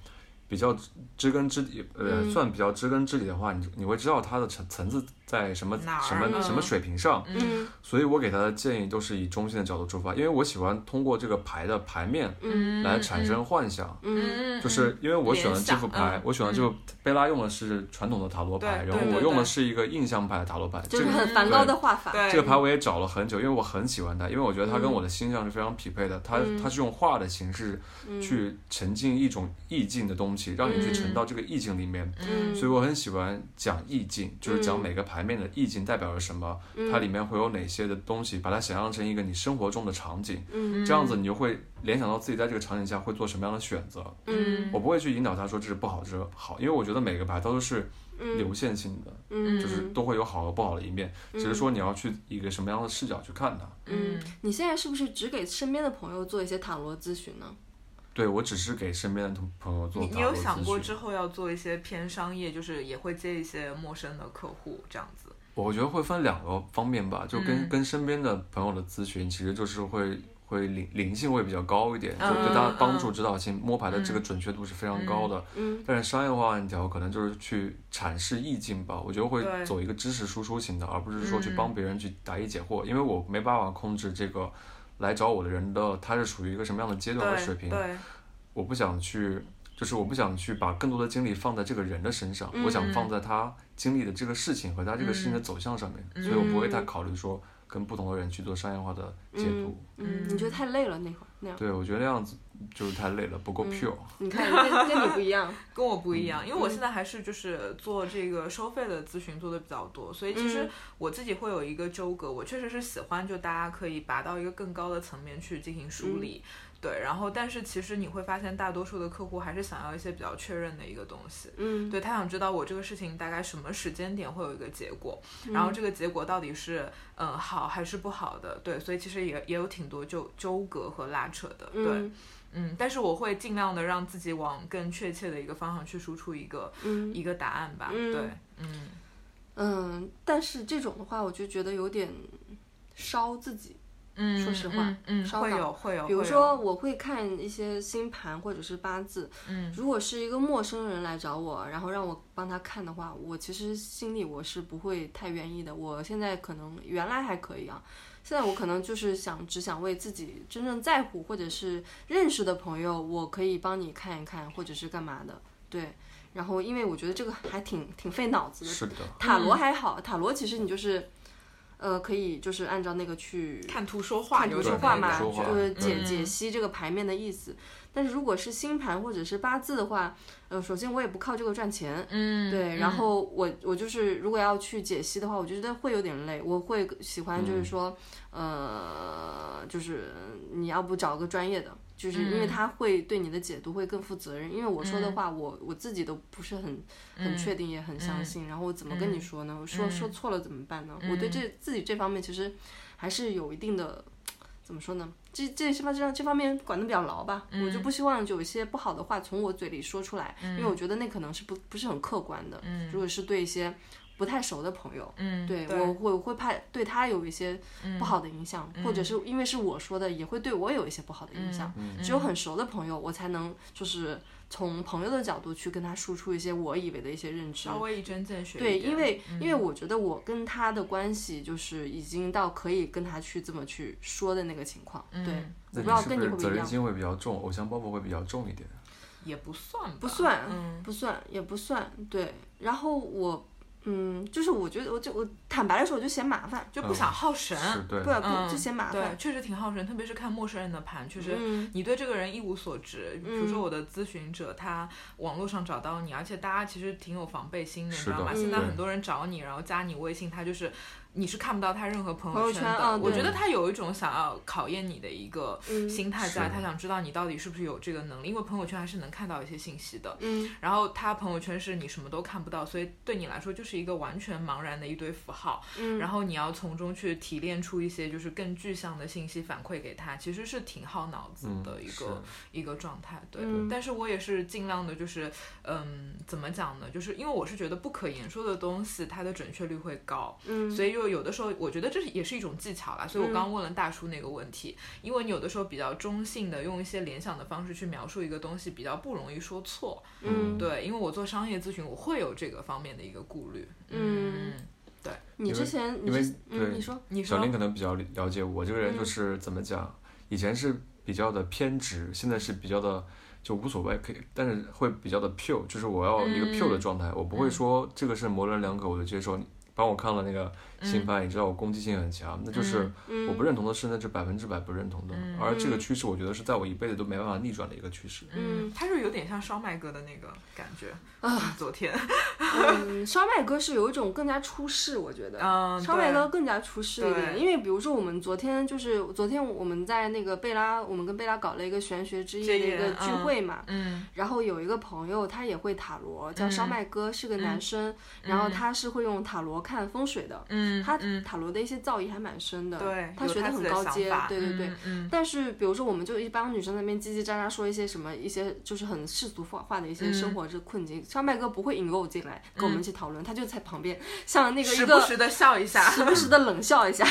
比较知根知底，呃，
嗯
算比较知根知底的话，你你会知道它的层层次在什么
哪儿
什么
嗯
什么水平上。
嗯
所以我给他的建议都是以中性的角度出发，因为我喜欢通过这个牌的牌面
嗯
嗯
来产生幻想。
嗯
嗯，
就是因为我选了这副
联
牌
想嗯，
我选了这副贝拉用的是传统的塔罗牌，
对
然后
对
我
对
用的
对
是一个印象派的塔罗牌，
就
这
是
嗯
个
很梵高的画法。
对
这个牌我也找了很久，因为我很喜欢它，因为我觉得它跟
嗯
我的星象是非常匹配的。它
嗯
它是用画的形式
嗯
去沉浸一种意境的东西，让你去
嗯
沉到这个意境里面。
嗯，
所以我很喜欢讲意境，就是讲
嗯
每个牌面的意境代表着什么，
嗯
它里面会有哪些的东西，把它想象成一个你生活中的场景，
嗯
这样子你就会联想到自己在这个场景下会做什么样的选择。
嗯
我不会去引导他说这是不好，这是好，因为我觉得每个牌它都是
嗯
流线性的，
嗯，
就是都会有好和不好的一面，只
嗯
是说你要去一个什么样的视角去看它。
嗯，你现在是不是只给身边的朋友做一些塔罗咨询呢？
对我只是给身边的朋友做
你
塔
你
罗
有想过
咨询，
之后要做一些偏商业，就是也会接一些陌生的客户这样子？
我觉得会分两个方面吧，就跟、
嗯
跟身边的朋友的咨询，其实就是会。会灵灵性会比较高一点，就
嗯
对他
嗯
帮助指导性摸牌的这个准确度是非常高的。
嗯
但是商业化一条可能就是去阐释意境吧，我觉得会
对嗯
走一个知识输出型的，而不是说去帮别人去答疑解惑，因为我没办法控制这个来找我的人的他是处于一个什么样的阶段和水
对
平，
对，
我不想去，就是我不想去把更多的精力放在这个人的身上，我想
嗯
放在他经历的这个事情和他这个事情的走向上面，
嗯
所以我不会太考虑说跟不同的人去做商业化的解读。
嗯
嗯，你觉得太累了那会儿那样？
对，我觉得那样子就是太累了，不
嗯
够 pure。
你看，跟跟你不一样，
跟我不一样，
嗯
因为我现在还是就是做这个收费的咨询做的比较多，所以其
嗯
实我自己会有一个纠葛，我确实是喜欢，就大家可以拔到一个更高的层面去进行
嗯
梳理。对，然后但是其实你会发现，大多数的客户还是想要一些比较确认的一个东西。
[LAUGHS] 嗯，
对他想知道我这个事情大概什么时间点会有一个结果，然
嗯
后这个结果到底是嗯好还是不好的。对，所以其实也也有挺多纠纠葛和拉扯的。对，
嗯
嗯但是我会尽量的让自己往更确切的一个方向去输出一个、
嗯
一个答案吧。
嗯
对，嗯，
嗯，但是这种的话，我就觉得有点烧自己。
嗯，
说实话
嗯，嗯
烧
会
脑
有会有，
比如
会有
说，，我会啊看一些星盘或者是八字，
嗯
如果是一个陌生人来找我，然后让我帮他看的话，我其实心里我是不会太愿意的。我现在可能原来还可以啊，现在我可能就是想只想为自己真正在乎或者是认识的朋友，我可以帮你看一看或者是干嘛的，对。然后因为我觉得这个还挺挺费脑子的，
是的，
塔罗还好，塔罗其实你就是，呃，可以就是按照那个去
看图说话，
看
有
图
一
说
种
话
感
嘛，
觉，
说话
就是解
嗯
解析这个牌面的意思。但是如果是星盘或者是八字的话，呃，首先我也不靠这个赚钱，
嗯，
对。
嗯
然后我我就是如果要去解析的话，我觉得会有点累，我会喜欢
嗯
就是说，呃，就是你要不找个专业的。就是因为
嗯
他会对你的解读会更负责任，因为我说的话，我我自己都不是很
嗯
很确定，也很相信。然后我怎么跟你说呢？我说说错了怎么办呢？我对
嗯
这自己这方面其实还是有一定的，怎么说呢？这这这方这这方面管得比较牢吧。我
嗯
就不希望有一些不好的话从我嘴里说出来，因为我觉得那可能是不不是很客观的。
嗯
如果是对一些不太熟的朋友，
嗯，
对我会我会怕对他有一些不好的影响，或
嗯
者是因为是我说的，也会对我有一些不好的影响。只
嗯
有很熟的朋友，我才能就是从朋友的角度去跟他输出一些我以为的一些认知
稍。微一针见血一
对，
点。
因为、
嗯
因为我觉得我跟他的关系就是已经到可以跟他去这么去说的那个情况。
嗯
对，我不
那
知道
是
跟你
不是
会不
责
会一
任
样，
心会比较重，偶像包袱会比较重一点？
也不算吧，
不算，
嗯
不算，也不算。对，然后我。嗯，就是我觉得，我就我坦白来说，我就嫌麻烦，
就不想耗神，
是对
不，然
嗯，
就嫌麻
对，
烦。
确实挺耗神，特别是看陌生人的盘，确实。
嗯
你对这个人一无所知，比如说我的咨询者，他网络上找到你，而且大家其实挺有防备心的，你
是
知
的
道吗？
嗯
现在很多人找你，然后加你微信，他就是你是看不到他任何朋友圈
朋友
的。
圈啊对
我觉得他有一种想要考验你的一个
嗯
心态在，
是
他想知道你到底是不是有这个能力，因为朋友圈还是能看到一些信息的。
嗯
然后他朋友圈是你什么都看不到，所以对你来说就是一个完全茫然的一堆符号。
嗯，
然后你要从中去提炼出一些就是更具象的信息反馈给他，其实是挺耗脑子
嗯
的一
是
个、一个状态。对，
嗯
但是我也是尽量的，就是嗯，怎么讲呢？就是因为我是觉得不可言说的东西，它的准确率会高。
嗯
所以就有的时候，我觉得这是也是一种技巧啦。所以我
嗯
刚问了大叔那个问题，因为你有的时候比较中性的用一些联想的方式去描述一个东西，比较不容易说错。
嗯
对，因为我做商业咨询，我会有这个方面的一个顾虑。
嗯，你
因
之
为
前你
因为
之嗯，
对
你说
你
小
说
林可能比较了解我这个人，
嗯
就是怎么讲，以前是比较的偏执，现在是比较的就无所谓，可以，但是会比较的 pure，就是我要一个
嗯
pure 的状态，我不会说这个是模棱两可，我就接受。你帮我看了那个
嗯
新番，你知道我攻击性很强，那就是我不认同的事，那就百分之百不认同的。
嗯
而这个趋势，我觉得是在我一辈子都没办法逆转的一个趋势。
嗯，他是有点像烧麦哥的那个感觉啊，
[LAUGHS]
昨天，
嗯，烧麦哥是有一种更加出世，我觉得。
嗯，
烧麦哥更加出世一点，
对
因为比如说我们昨天就是昨天我们在那个贝拉，我们跟贝拉搞了一个玄学之夜的一个
之夜
聚会嘛，
对，嗯
然后有一个朋友他也会塔罗，叫烧麦哥，是个男生，
嗯
然后他是会用塔罗看风水的，
嗯，
他
嗯，
塔罗的一些造诣还蛮深的，
对，
他
有
学得
自
很
的
高
想
阶
法，
对对对，
嗯，嗯
但是，比如说，我们就一帮女生在那边叽叽喳喳说一些什么，一些就是很世俗化化的一些
嗯
生活这困境。烧麦哥不会引诱进来跟我们一起讨论，他就在旁边像那个一
时不
个
时的笑一下，
[LAUGHS] 时不时的冷笑一
[LAUGHS]
下，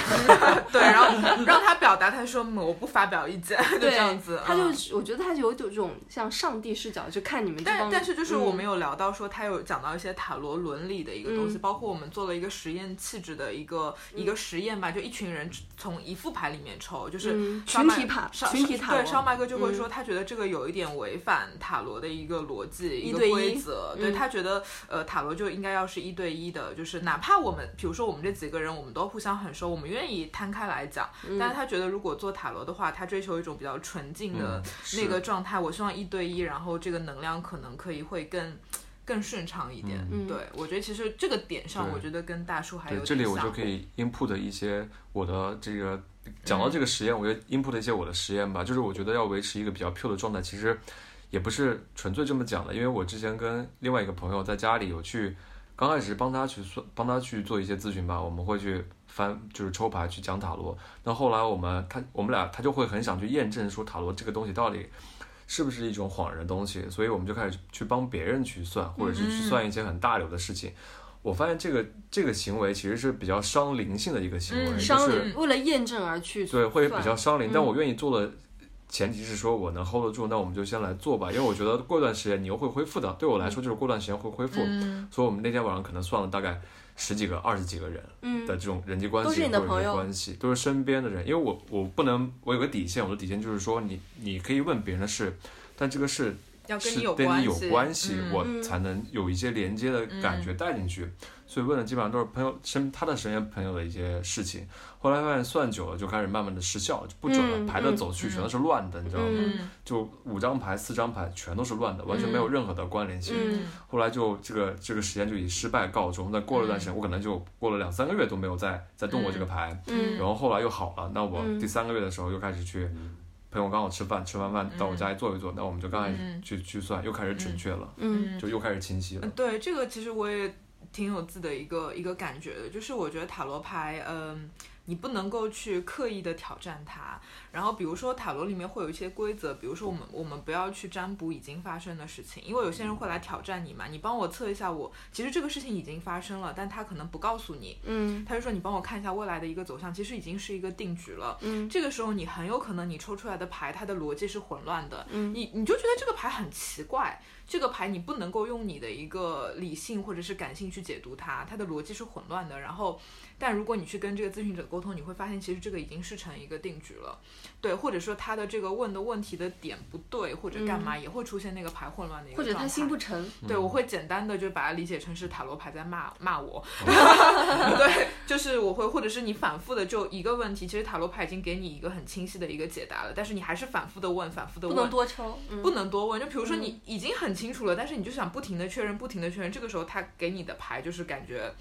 对，然后让他表达，他说嗯我不发表
[LAUGHS]
意见，就
对，
这样子，
他就
嗯
我觉得他有这种像上帝视角去看你们这
但
帮，
但是就是我们
嗯
有聊到说他有讲到一些塔罗伦理的一个东西，包括我们做了一个个实验气质的一个、
嗯
一个实验吧，就一群人从一副牌里面抽，就是烧
嗯群
麦
体塔
烧
群体塔罗嗯
对，烧麦哥就会说他觉得这个有一点违反塔罗的一个逻辑、一个
对一嗯
规则，对他觉得呃塔罗就应该要是一对一的，就是哪怕我们比如说我们这几个人我们都互相很熟，我们愿意摊开来讲，
嗯
但是他觉得如果做塔罗的话，他追求一种比较纯净的
嗯是
那个状态，我希望一对一，然后这个能量可能可以会更。更顺畅一点，
嗯
对我觉得其实这个点上，
对
我觉得跟大叔还有
对，
点
这里我
像
就可以 input 一些我的这个
嗯
讲到这个实验，我就 input 一些我的实验吧。就是我觉得要维持一个比较 pure 的状态，其实也不是纯粹这么讲的，因为我之前跟另外一个朋友在家里有去，刚开始帮他去算，帮他去做一些咨询吧，我们会去翻，就是抽牌去讲塔罗。那后来我们他我们俩他就会很想去验证说塔罗这个东西到底。是不是一种恍然的东西？所以我们就开始去帮别人去算，或者是
嗯
去算一些很大流的事情。我发现这个这个行为其实是比较伤灵性的一个行为，
嗯
就是
商人为了验证而去
对，会比较
算
伤灵。
嗯
但我愿意做的前提是说我能 hold 得住，那我们就先来做吧，因为我觉得过段时间你又会恢复的。对我
嗯
来说，就是过段时间会恢复。
嗯
所以我们那天晚上可能算了大概十几个、二十几个人
嗯
的这种人际关系
都是你的
或者
朋友
关系，都是身边的人。因为我我不能，我有个底线，我的底线就是说你你可以问别人的事，但这个事
要跟
是
你有
跟你有
系，
关系，
嗯
我
嗯
才能有一些连接的感觉带进去。所以问的基本上都是朋友身他的身边朋友的一些事情。后来发现算久了就开始慢慢的失效，就不准了，
嗯
牌的
嗯
走去全都是乱的，你知道吗？
嗯
就五张牌、四张牌全都是乱的，完全没有任何的关联性。
嗯
后来就这个这个实验就以失败告终。那过了一段时间，我可能就过了两三个月都没有再再动过这个牌。
嗯
然后后来又好了，那我
嗯
第三个月的时候又开始去，朋友刚好吃饭，吃完饭到我家里坐一坐，那我们就刚开始
嗯
去去算，又开始准确了，
嗯
就又开始清晰了
嗯，。对，这个其实我也挺有自己的一个一个感觉的，就是我觉得塔罗牌，嗯、你不能够去刻意的挑战它。然后比如说塔罗里面会有一些规则，比如说我们我们不要去占卜已经发生的事情，因为有些人会来挑战你嘛，你帮我测一下我，其实这个事情已经发生了，但他可能不告诉你，
嗯
他就说你帮我看一下未来的一个走向，其实已经是一个定局了。
嗯
这个时候你很有可能你抽出来的牌它的逻辑是混乱的，
嗯
你你就觉得这个牌很奇怪，这个牌你不能够用你的一个理性或者是感性去解读它，它的逻辑是混乱的。然后，但如果你去跟这个咨询者沟通，你会发现其实这个已经是成一个定局了，对，或者说他的这个问的问题的点不对，或者干嘛、也会出现那个牌混乱的一
嗯
个
或者他
状态
心不诚，
嗯
对，我会简单的就把它理解成是塔罗牌在骂骂
[LAUGHS]
我，对，就是我会，或者是你反复的就一个问题，其实塔罗牌已经给你一个很清晰的一个解答了，但是你还是反复的问，反复的
不
问，
能多嗯抽，
不能多问。就比如说你已经很清楚了，但是你就想不停的确认，不停的确认，这个时候他给你的牌就是感觉，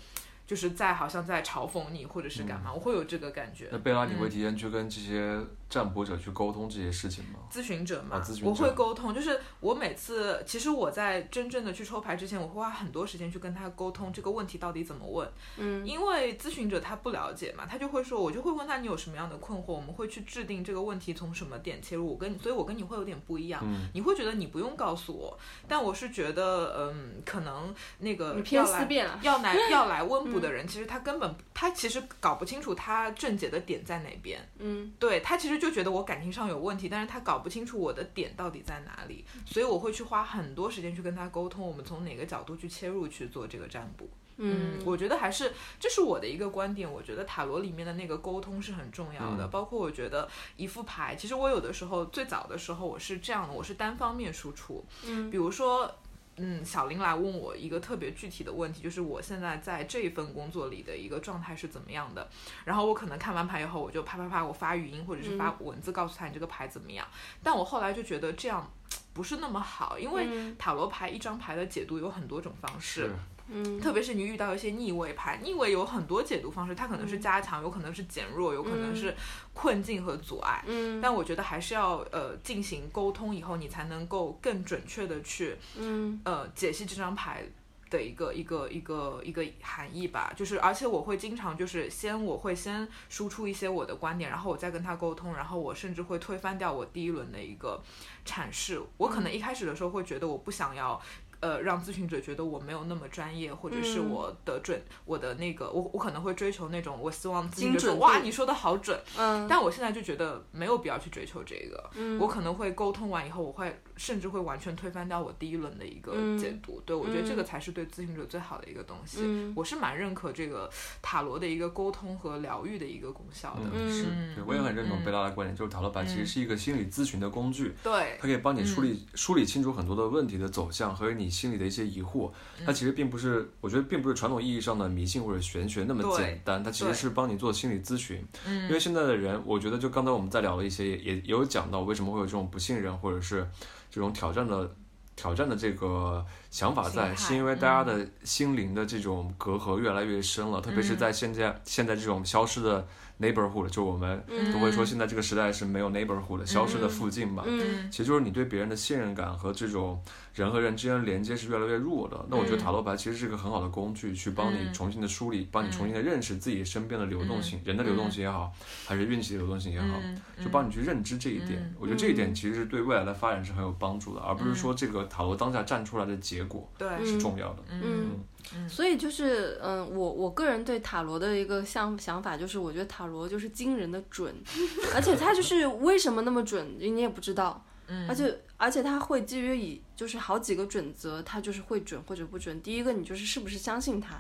就是在好像在嘲讽你或者是干嘛，我会有这个感觉
嗯那。贝拉，你会提前去跟这些占卜者去沟通这些事情吗？
咨询者嘛，
啊咨询者
我会沟通，就是我每次，其实我在真正的去抽牌之前，我会花很多时间去跟他沟通这个问题到底怎么问，
嗯
因为咨询者他不了解嘛，他就会说，我就会问他你有什么样的困惑，我们会去制定这个问题从什么点切入。我跟你，所以我跟你会有点不一样，
嗯
你会觉得你不用告诉我，但我是觉得，嗯，可能那个
你偏嗯
要来
思辨了
要来
[LAUGHS]
要来温补的人，其实他根本他其实搞不清楚他症结的点在哪边。
嗯
对他其实就觉得我感情上有问题，但是他搞不清楚我的点到底在哪里，
嗯
所以我会去花很多时间去跟他沟通，我们从哪个角度去切入去做这个占卜。
嗯
我觉得还是这是我的一个观点，我觉得塔罗里面的那个沟通是很重要的，包括我觉得一副牌，其实我有的时候最早的时候我是这样的，我是单方面输出，
嗯
比如说。嗯，小林来问我一个特别具体的问题，就是我现在在这一份工作里的一个状态是怎么样的。然后我可能看完牌以后，我就啪啪啪，我发语音或者是发
嗯
文字告诉他你这个牌怎么样。但我后来就觉得这样不是那么好，因为
嗯
塔罗牌一张牌的解读有很多种方式。
嗯
特别是你遇到一些逆位牌，逆位有很多解读方式，它可能是加强，有可能是减弱，有可能是困境和阻碍。
嗯
但我觉得还是要呃进行沟通以后，你才能够更准确的去
嗯
呃解析这张牌的一个一个一个一个含义吧。就是而且我会经常就是先我会先输出一些我的观点，然后我再跟他沟通，然后我甚至会推翻掉我第一轮的一个阐释。我可能一开始的时候会觉得我不想要。呃，让咨询者觉得我没有那么专业，或者是
嗯
我的准，我的那个，我我可能会追求那种，我希望咨询
精
者说，
准
哇，
度
你说的好准，
嗯
但我现在就觉得没有必要去追求这个，
嗯
我可能会沟通完以后，我会甚至会完全推翻掉我第一轮的一个
嗯
解读。对我觉得这个才是对咨询者最好的一个东西。
嗯
我是蛮认可这个塔罗的一个沟通和疗愈的一个功效的。
嗯，是，对我也很认同贝拉的观点，就是塔罗牌其实是一个心理咨询的工具，
对，
它可以帮你梳理梳理清楚很多的问题的走向和你心里的一些疑惑。
嗯
它其实并不是，我觉得并不是传统意义上的迷信或者玄学那么简单，它其实是帮你做心理咨询。
嗯
因为现在的人，我觉得就刚才我们在聊了一些，也也有讲到为什么会有这种不信任或者是这种挑战的挑战的这个想法
心态
在，
嗯
是因为大家的心灵的这种隔阂越来越深了，特别
嗯
是在现在、现在这种消失的 neighborhood，就我们
嗯
都
嗯
会说现在这个时代是没有 neighborhood 的、消失的附近
啊
嘛。
嗯
其实就是你对别人的信任感和这种人和人之间的连接是越来越弱的。那我觉
嗯
得塔罗牌其实是一个很好的工具，去帮你重新的梳理，
嗯
帮你重新的认识自己身边的流动性，人的流动性也好，还是运气的流动性也
嗯
好，
嗯
就帮你去认知这一点。我觉得这一点其实是对未来的发展是很有帮助的，而不
嗯
是说这个塔罗当下站出来的结果
对，
是重要的。
嗯，所以就是，嗯、我我个人对塔罗的一个想想法就是，我觉得塔罗就是惊人的准， [LAUGHS] 而且它就是为什么那么准，你也不知道。而且而且它会基于以就是好几个准则，它就是会准或者不准。第一个，你就是是不是相信它，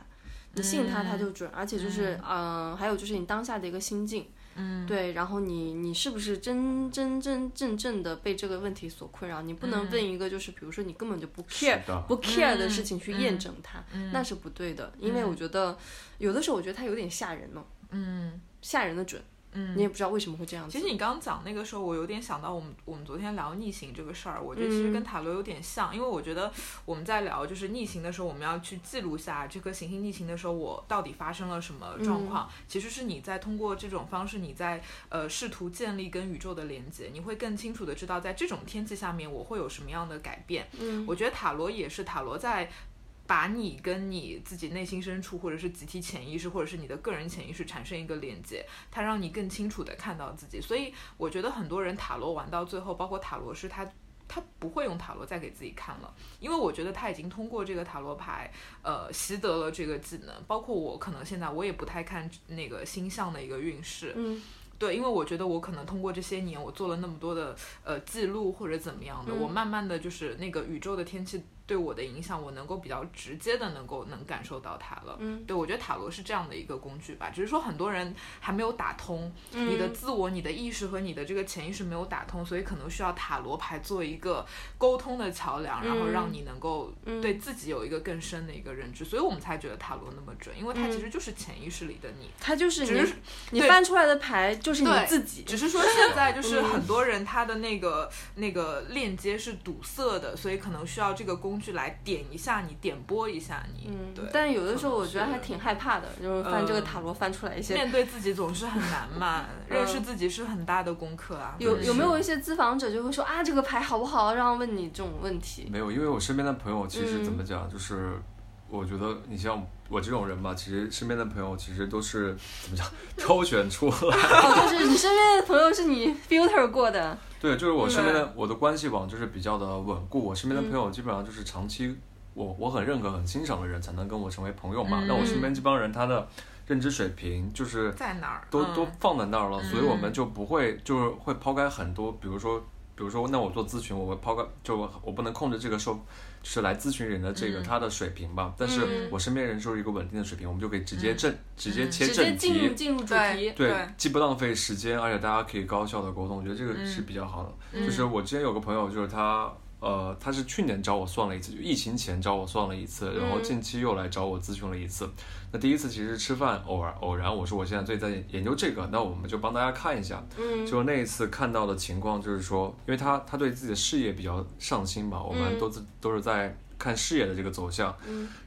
你信它它就准，而且就是嗯、呃还有就是你当下的一个心境。嗯，对，然后你你是不是真真真正正的被这个问题所困扰？你不能问一个就是，比如说你根本就不 care
是的
嗯
不 care 的事情去验证它，那是不对的。因为我觉得有的时候我觉得它有点吓人呢、
嗯。
吓人的准，
嗯
你也不知道为什么会这样子。
其实你刚刚讲那个时候，我有点想到我们我们昨天聊逆行这个事儿，我觉得其
嗯
实跟塔罗有点像，因为我觉得我们在聊就是逆行的时候，我们要去记录下这颗行星逆行的时候，我到底发生了什么状
嗯
况。其实是你在通过这种方式，你在呃试图建立跟宇宙的连接，你会更清楚的知道在这种天气下面我会有什么样的改变。
嗯
我觉得塔罗也是塔罗在。把你跟你自己内心深处，或者是集体潜意识，或者是你的个人潜意识产生一个连接，它让你更清楚的看到自己。所以我觉得很多人塔罗玩到最后，包括塔罗师，他他不会用塔罗再给自己看了，因为我觉得他已经通过这个塔罗牌，呃，习得了这个技能。包括我可能现在我也不太看那个星象的一个运势，
嗯
对，因为我觉得我可能通过这些年，我做了那么多的呃记录或者怎么样的，
嗯
我慢慢的就是那个宇宙的天气对我的影响，我能够比较直接的能够能感受到它了。
嗯，
对我觉得塔罗是这样的一个工具吧，只是说很多人还没有打通、
嗯
你的自我、你的意识和你的这个潜意识没有打通，所以可能需要塔罗牌做一个沟通的桥梁，然后
嗯
让你能够对自己有一个更深的一个认知，所以我们才觉得塔罗那么准，因为它其实就是潜意识里的你。
它嗯就是
只
你
是
你
对
翻出来的牌就是你
对
自己。
只是说现在就是
嗯
很多人他的那个那个链接是堵塞的，所以可能需要这个工具来点一下你，点拨一下你。
嗯
对，，
但有的时候
可
我
能
觉得
是嗯
还挺害怕的，就是翻这个塔罗翻出来一些嗯
面对自己总是很难嘛，认识自己是很大的功课啊。
有有没
是
有一些咨访者就会说啊，这个牌好不好？然后问你这种问
[LAUGHS]
题。
没有，因为我身边的朋友其实
嗯
怎么讲，就是我觉得你像我这种人吧，其实身边的朋友其实都是怎么讲， [LAUGHS] 挑选出来。
哦，就是你身边的朋友是你 filter 过的，
对，就是我身边的我的关系网就是比较的稳固，我身边
嗯
的朋友基本上就是长期我我很认可、很欣赏的人才能跟我成为朋友
嗯
嘛。那、我身边这帮人他的认知水平就是
在哪儿？
都、
嗯
都放在那儿了，所以我
嗯
们就不会就是会抛开很多，比如说。比如说，那我做咨询，我会抛开，就我不能控制这个受，就是来咨询人的
嗯
这个、他的水平吧。但是我身边人就是一个稳定的水平，我们就可以直接正、直接切
嗯直
正
接
题，
进入进入主
对
题。
对
对，
既不浪费时间，而且大家可以高效的沟通，我觉得这
嗯
个是比较好的。就是
嗯
我之前有个朋友，就是他，呃，他是去年找我算了一次，就疫情前找我算了一次，然后近期又来找我咨询了一次。那第一次其实是吃饭，偶尔偶然，我说我现在最在研究这个，那我们就帮大家看一下。
嗯
就那一次看到的情况，就是说，因为他他对自己的事业比较上心嘛，我们
嗯
都是、都是在看事业的这个走向。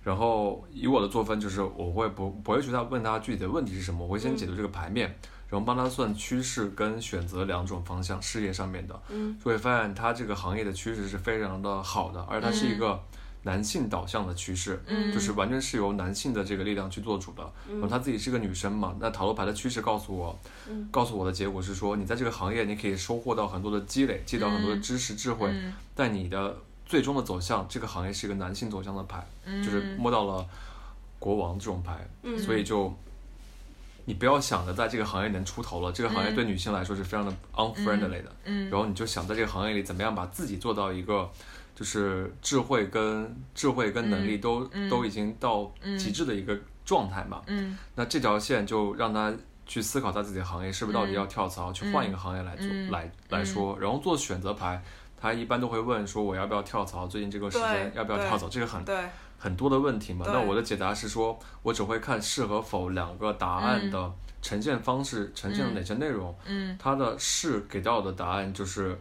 然后以我的做分，就是我会不不会去他问他具体的问题是什么，我会先
嗯
解读这个牌面，然后帮他算趋势跟选择两种方向，事业上面的，
嗯，
就会发现他这个行业的趋势是非常的好的，而且它是一
嗯
个男性导向的趋势，
嗯
就是完全是由男性的这个力量去做主的。然后她自己是个女生嘛，那塔罗牌的趋势告诉我，
嗯
告诉我的结果是说，你在这个行业你可以收获到很多的积累，积累到很
嗯
多的知识智慧，但你的最终的走向，这个行业是一个男性走
嗯
嗯
向的牌，就是摸到了国王这种牌，所以就你不要想着在这个行业能出头了，这个行业对女性来说是非常的 unfriendly 的，
嗯，
然后你就想在这个行业里怎么样把自己做到一个。就是智慧跟智慧跟能力都、
嗯嗯
都已经到极致的一个状态嘛，
嗯
那这条线就让他去思考他自己的行业是不是到底要跳槽、去换一个行业来做、
嗯
来来说，然后做选择牌，他一般都会问说我要不要跳槽，最近这个时间
对
要不要跳槽，这个很
对，
很多的问题嘛。
对
那我的解答是说，我只会看是和否两个答案的呈现方式，呈现了哪些内容，
嗯
它的是给到的答案就是，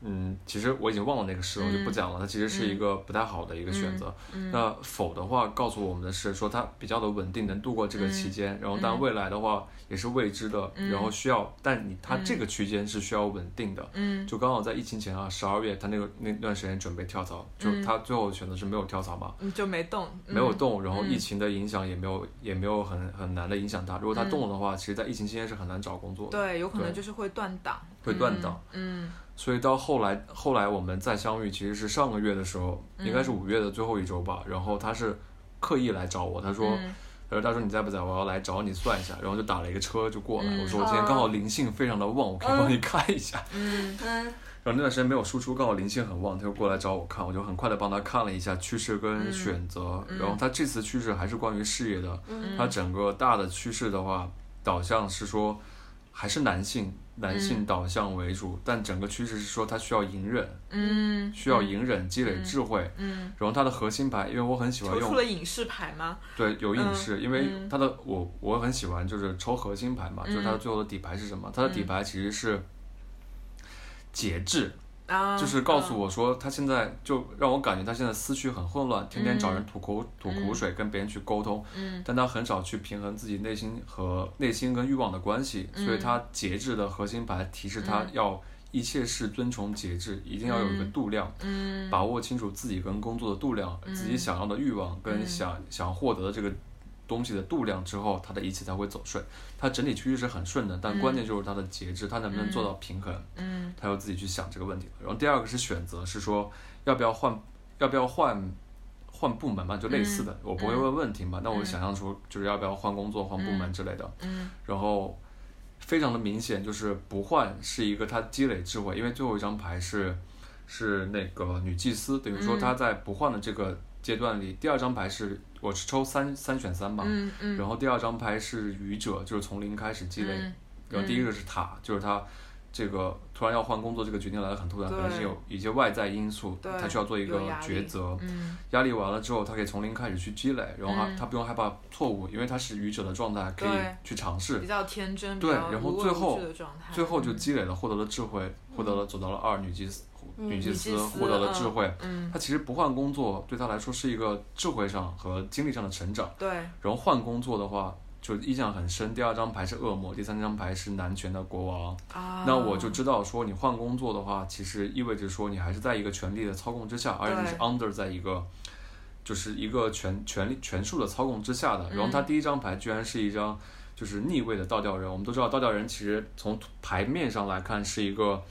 嗯，其实我已经忘了那个是了，我就
嗯
不讲了。它其实是一个不太好的一个选择。那否的话，告诉我们的是说它比较的稳定，能度过这个期间。
嗯
然后，但未来的话也是未知的，然后需要，但你它这个区间是需要稳定的。
嗯
就刚好在疫情前啊，十二月他那个那段时间准备跳槽，就他最后选择是没有跳槽嘛，
嗯，就没动，嗯
没有，动，然后疫情的影响也没有、也没有很很难的影响他。如果
嗯
他动了的话，其实，在疫情期间是很难找工作的。
对，有可能
对
就是会断档，
会断档，
嗯
所以到后来，后来我们再相遇，其实是上个月的时候，
嗯
应该是五月的最后一周吧。然后他是刻意来找我，他说，
嗯
他说他说你在不在？我要来找你算一下。然后就打了一个车就过来。
嗯
我说我今天刚好灵性非常的旺，我可以帮你看一下。
嗯
嗯
然后那段时间没有输出，刚好灵性很旺，他就过来找我看，我就很快的帮他看了一下趋势
嗯
跟选择。然后他这次趋势还是关于事业的，
嗯
他整个大的趋势的话，导向是说还是男性男性导向为主，但整个趋势是说他需要隐忍，
嗯，
需要隐忍积累智慧。
嗯，
然后他的核心牌，因为我很喜欢
抽
用
出了影视牌吗？
对，有
嗯
隐士，因为
嗯
他的我我很喜欢，就是抽核心牌嘛，就是他最后的底牌是什么？他的
嗯
底牌其实是节制，
啊，
就是告诉我说他现在就让我感觉他现在思绪很混乱，天天找人吐口吐苦水，跟别人去沟通，
嗯
但他很少去平衡自己内心和内心跟欲望的关系，所以
嗯
他节制的核心牌提示他要一切事遵从节制，一定要有一个度量。
嗯，
把握清楚自己跟工作的度量，自己想要的欲望
嗯
跟想、想获得的这个东西的度量之后，他的一切才会走顺。他整体趋势是很顺的，但关键就是他的节制，他能不能做到平衡，
嗯
他要自己去想这个问题了。然后第二个是选择，是说要不要换，要不要换。换部门嘛，就类似的，
嗯
我不会问问题嘛，那我想象出就是要不要换工作、换部门之类的，
嗯
然后非常的明显，就是不换是一个他积累智慧，因为最后一张牌是是那个女祭司，等于
嗯
说他在不换的这个阶段里，第二张牌是我是抽三三选三嘛，
嗯嗯，
啊然后第二张牌是愚者，就是从零开始积累，
嗯
然后第一个是塔，就是他。这个突然要换工作，这个决定来的很突然，
对
可能是有一些外在因素，
对
他需要做一个
有压力
抉择。
嗯
压力完了之后，他可以从零开始去积累，然后他、
嗯
他不用害怕错误，因为他是愚者的状态，可以
对嗯
去尝试
比。较天真，
对
比较
然后
无畏
最
无
后
惧的状态，
最后就积累了，获得了智慧，获得了走到了二女祭司，女祭司获得了智慧。
嗯，
他其实不换工作，对他来说是一个智慧上和精力上的成长。
对，
然后换工作的话，就印象很深。第二张牌是恶魔，第三张牌是男权的国王。
啊，
那我就知道说，你换工作的话，其实意味着说你还是在一个权力的操控之下，而且你是
对
under 在一个，就是一个权权力权术的操控之下的。
嗯
然后他第一张牌居然是一张就是逆位的倒吊人，我们都知道倒吊人其实从牌面上来看是一个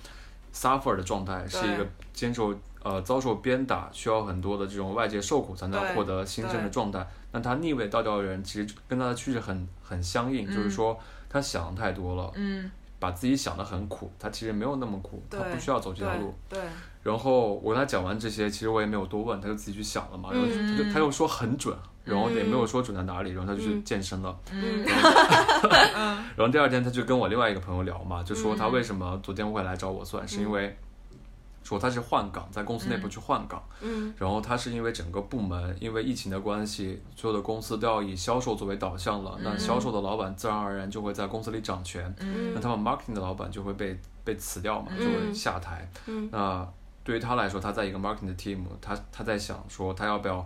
suffer 的状态，是一个接受呃遭受鞭打，需要很多的这种外界受苦才能
对
获得新生的
对
状态。那他逆位倒吊人其实跟他的趋势很很相应，就是说他想太多了，
嗯，
把自己想得很苦，他其实没有那么苦，他
对，
不需要走这条路。
对，对，
然后我跟他讲完这些，其实我也没有多问，他就自己去想了嘛。
嗯
然后他就他又说很准，然后也没有说准在哪里，然后他就去健身了。
嗯
然后第二天他就跟我另外一个朋友聊嘛，就
嗯
说他为什么昨天会来找我算，是因为说他是换岗，在公司内部去换岗。
嗯
然后他是因为整个部门因为疫情的关系，所有的公司都要以销售作为导向了，
嗯
那销售的老板自然而然就会在公司里掌权。那
嗯
他们 marketing 的老板就会被被辞掉嘛，就会下台。
嗯
那对于他来说，他在一个 marketing 的 team，他他在想说他要不要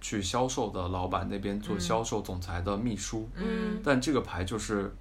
去销售的老板那边
嗯
做销售总裁的秘书，
嗯
但这个牌就是。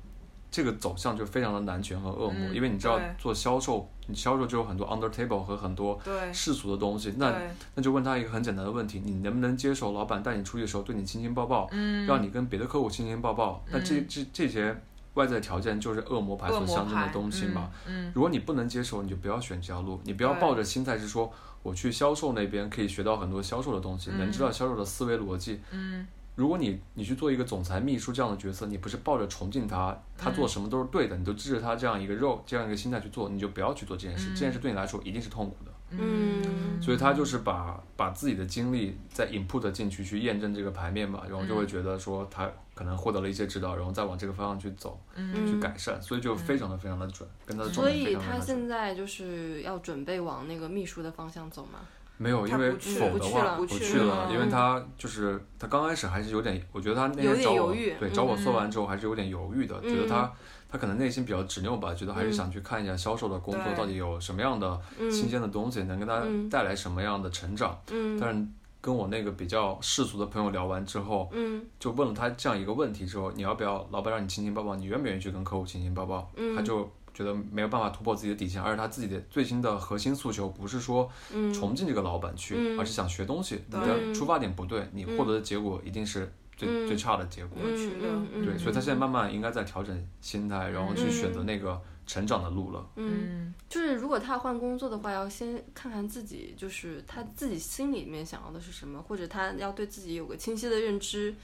这个走向就非常的男权和恶魔，
嗯
因为你知道
对
做销售，你销售就有很多 under table 和很多
对，
世俗的东西。那
对
那就问他一个很简单的问题：你能不能接受老板带你出去的时候对你亲亲抱抱，
嗯，
让你跟别的客户亲亲抱抱？那这这这些外在条件就是恶魔牌
恶
所
魔
象征的
牌
东西嘛。，
嗯
如果你不能接受，你就不要选这条路，你不要
对
抱着心态是说我去销售那边可以学到很多销售的东西，能知道销售的思维逻辑。
嗯
如果你你去做一个总裁、秘书这样的角色，你不是抱着崇敬他，他
嗯
做什么都是对的，你都支持他这样一个肉这样一个心态去做，你就不要去做这件事。
嗯
这件事对你来说一定是痛苦的。
嗯，
所以他就是把把自己的精力再 input 进去，去验证这个牌面嘛，然后就
嗯
会觉得说他可能获得了一些指导，然后再往这个方向去走，
嗯
去改善，所以就非常的非常的准，跟他的
嗯所
状态非
以
常的
他
准
现在就是要准备往那个秘书的方向走嘛。
没有，因为
他不去
否
不
的
去
话
了嗯
不
不
去
去
了，
了
因为他就是他刚开始还是有点，我觉得他那
有
天
点
找
犹
我
豫
对
嗯
找我做完之后还是有点犹豫的，觉得他
嗯
他可能内心比较执拗吧，觉得还是想去看一下销售的工作
对
到底有什么样的
嗯
新鲜的东西能给他
嗯
带来什么样的成长。
嗯
但是跟我那个比较世俗的朋友聊完之后，
嗯
就问了他这样一个问题之后，你要不要老板让你亲亲抱抱，你愿不愿意去跟客户亲亲抱抱？
嗯
他就觉得没有办法突破自己的底线，而且他自己的最新的核心诉求不是说。
嗯，
崇敬这个老板去，
嗯
而是想学东西。你
对
的出发点不对，你
嗯
获得的结果一定是最、
嗯
最差的结果。
嗯嗯嗯，
对，所以他现在慢慢应该在调整心态，然后去
嗯
选择那个成长的路了。
嗯，
嗯
就是如果他换工作的话，要先看看自己，就是他自己心里面想要的是什么，或者他要对自己有个清晰的认知，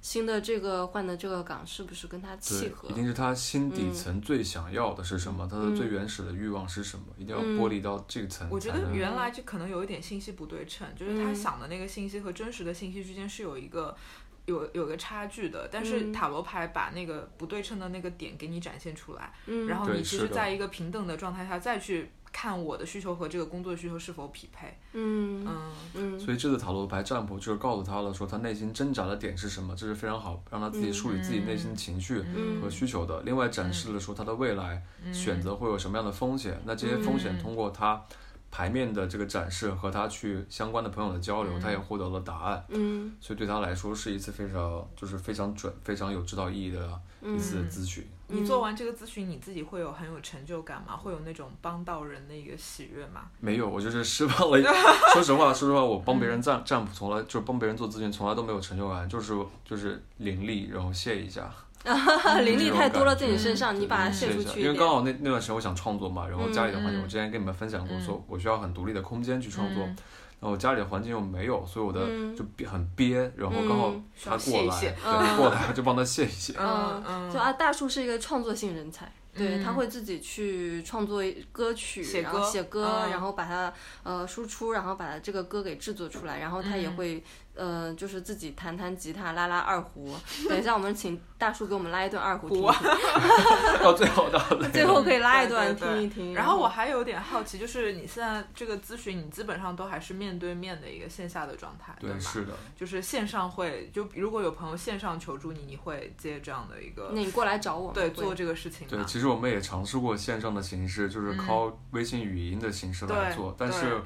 新的这个换的这个岗是不是跟他契
对
合，
一？定是他心底层最想要的是什么，他的最原始的欲望是什么，一定要
嗯
剥离到这个层。
我觉得
才能
原来就可能有一点信息不对称，就是他
嗯
想的那个信息和真实的信息之间是有一个。有有个差距的，但
嗯
是塔罗牌把那个不对称的那个点给你展现出来，
嗯，
然后
对
你其
是
实
的
在一个平等的状态下再去看我的需求和这个工作需求是否匹配。
嗯嗯
嗯
嗯
所以这次塔罗牌占卜就是告诉他了，说他内心挣扎的点是什么，这是非常好让他自己梳理自己内心的情绪
嗯
和需求的。另外展示了说他的未来
嗯
选择会有什么样的风险，那这些风
嗯
险通过他牌面的这个展示和他去相关的朋友的交流，他也获得了答案。
嗯
所以对他来说是一次非常就是非常准、非常有指导意义的一次
嗯
咨询。
你做完这个咨询，你自己会有很有成就感吗？会有那种帮到人的一个喜悦吗？
没有，我就是失望
[LAUGHS]
了。说实话，说实话，我帮别人占占卜，从来就是帮别人做咨询，从来都没有成就感，就是就是灵力，然后卸一下。
[LAUGHS] 嗯，灵力太多了
这
在你
种感觉
身啊上，你把它
卸
卸出
一下
去一
因为
点，
刚好那那段时间我想创作嘛，然后家里的环境，
嗯
我之前跟你们分享过，说我需要很独立的空间去创作，
嗯
然后家里的环境又没有，所以我的
嗯
就憋很憋，然后刚好
嗯
他
需
过
要
来，
卸一卸
对，过来就帮他卸
[LAUGHS]
一卸。
嗯
嗯
就啊，大树是一个创作性人才，对、
嗯
他会自己去创作歌曲，
写
然后
歌
写歌，
嗯
然后把它呃输出，然后把这个歌给制作出来，然后他也
嗯
会、呃就是自己弹弹吉他，拉拉二胡。
[LAUGHS]
等一下，我们请大树给我们拉一段二胡听一听，
到最后到
[LAUGHS]
累了
最后可以拉一
对
段
对对
听一听。
然后我还有点好奇，就是你现在这个咨询，你基本上都还是面对面的一个线下的状态，
对
吗？
是的，
就是线上会，就如果有朋友线上求助你，你会接这样的一个
那你过来找我们，
对
会
做这个事情
对，
吗？
其实我们也尝试过线上的形式，就是靠微信语音的形式来
嗯对
做，但
对
是，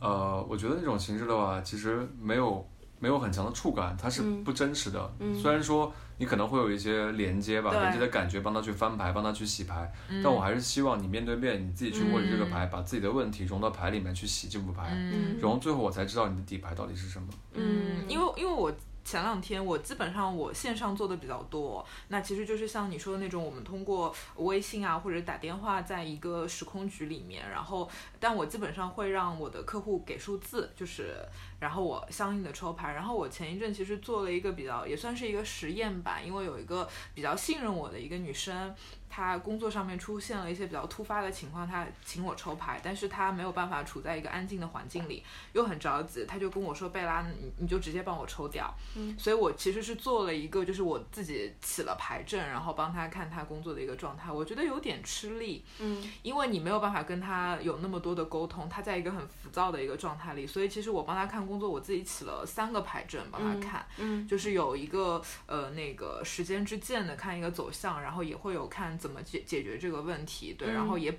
呃，我觉得那种形式的话，其实没有没有很强的触感，它是
嗯
不真实的。
嗯
虽然说你可能会有一些连接吧，
对
连接的感觉，帮他去翻牌，帮他去洗牌，
嗯
但我还是希望你面对面，你自己去摸着这个牌，把自己的问题融到牌里面去洗这副牌，
嗯
然后最后我才知道你的底牌到底是什么。
嗯，
因为因为我前两天我基本上我线上做的比较多，那其实就是像你说的那种，我们通过微信啊或者打电话，在一个时空局里面，然后但我基本上会让我的客户给数字，就是然后我相应的抽牌，然后我前一阵其实做了一个比较也算是一个实验吧，因为有一个比较信任我的一个女生。她工作上面出现了一些比较突发的情况，她请我抽牌，但是她没有办法处在一个安静的环境里，又很着急，他就跟我说：“贝拉，你你就直接帮我抽掉。”嗯，所以我其实是做了一个，就是我自己起了牌阵，然后帮他看他工作的一个状态。我觉得有点吃力，
嗯
因为你没有办法跟他有那么多的沟通，他在一个很浮躁的一个状态里。所以其实我帮他看工作，我自己起了三个牌阵帮他看，
嗯
就是有一个呃那个时间之箭的看一个走向，然后也会有看怎么解解决这个问题，对，然后也。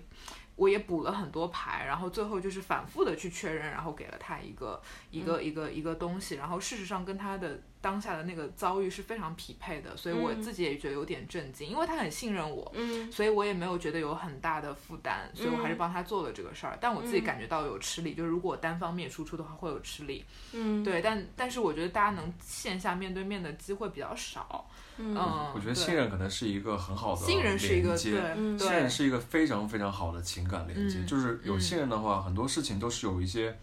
我也补了很多牌，然后最后就是反复的去确认，然后给了他一个一个、一个一个东西，然后事实上跟他的当下的那个遭遇是非常匹配的，所以我
嗯
自己也觉得有点震惊，因为他很信任我，
嗯
所以我也没有觉得有很大的负担，所以我还是帮他做了这个事儿，但我自己感觉到有吃力，就是如果我单方面输出的话会有吃力，
嗯，
对，但但是我觉得大家能线下面对面的机会比较少，
嗯
嗯，
我觉得
对
信任可能是一个很好的
信任是一个
连接
对
嗯
信任
对
是一个非常非常好的情感连接，
嗯
就是有
嗯
信任的话，很多事情都是有一些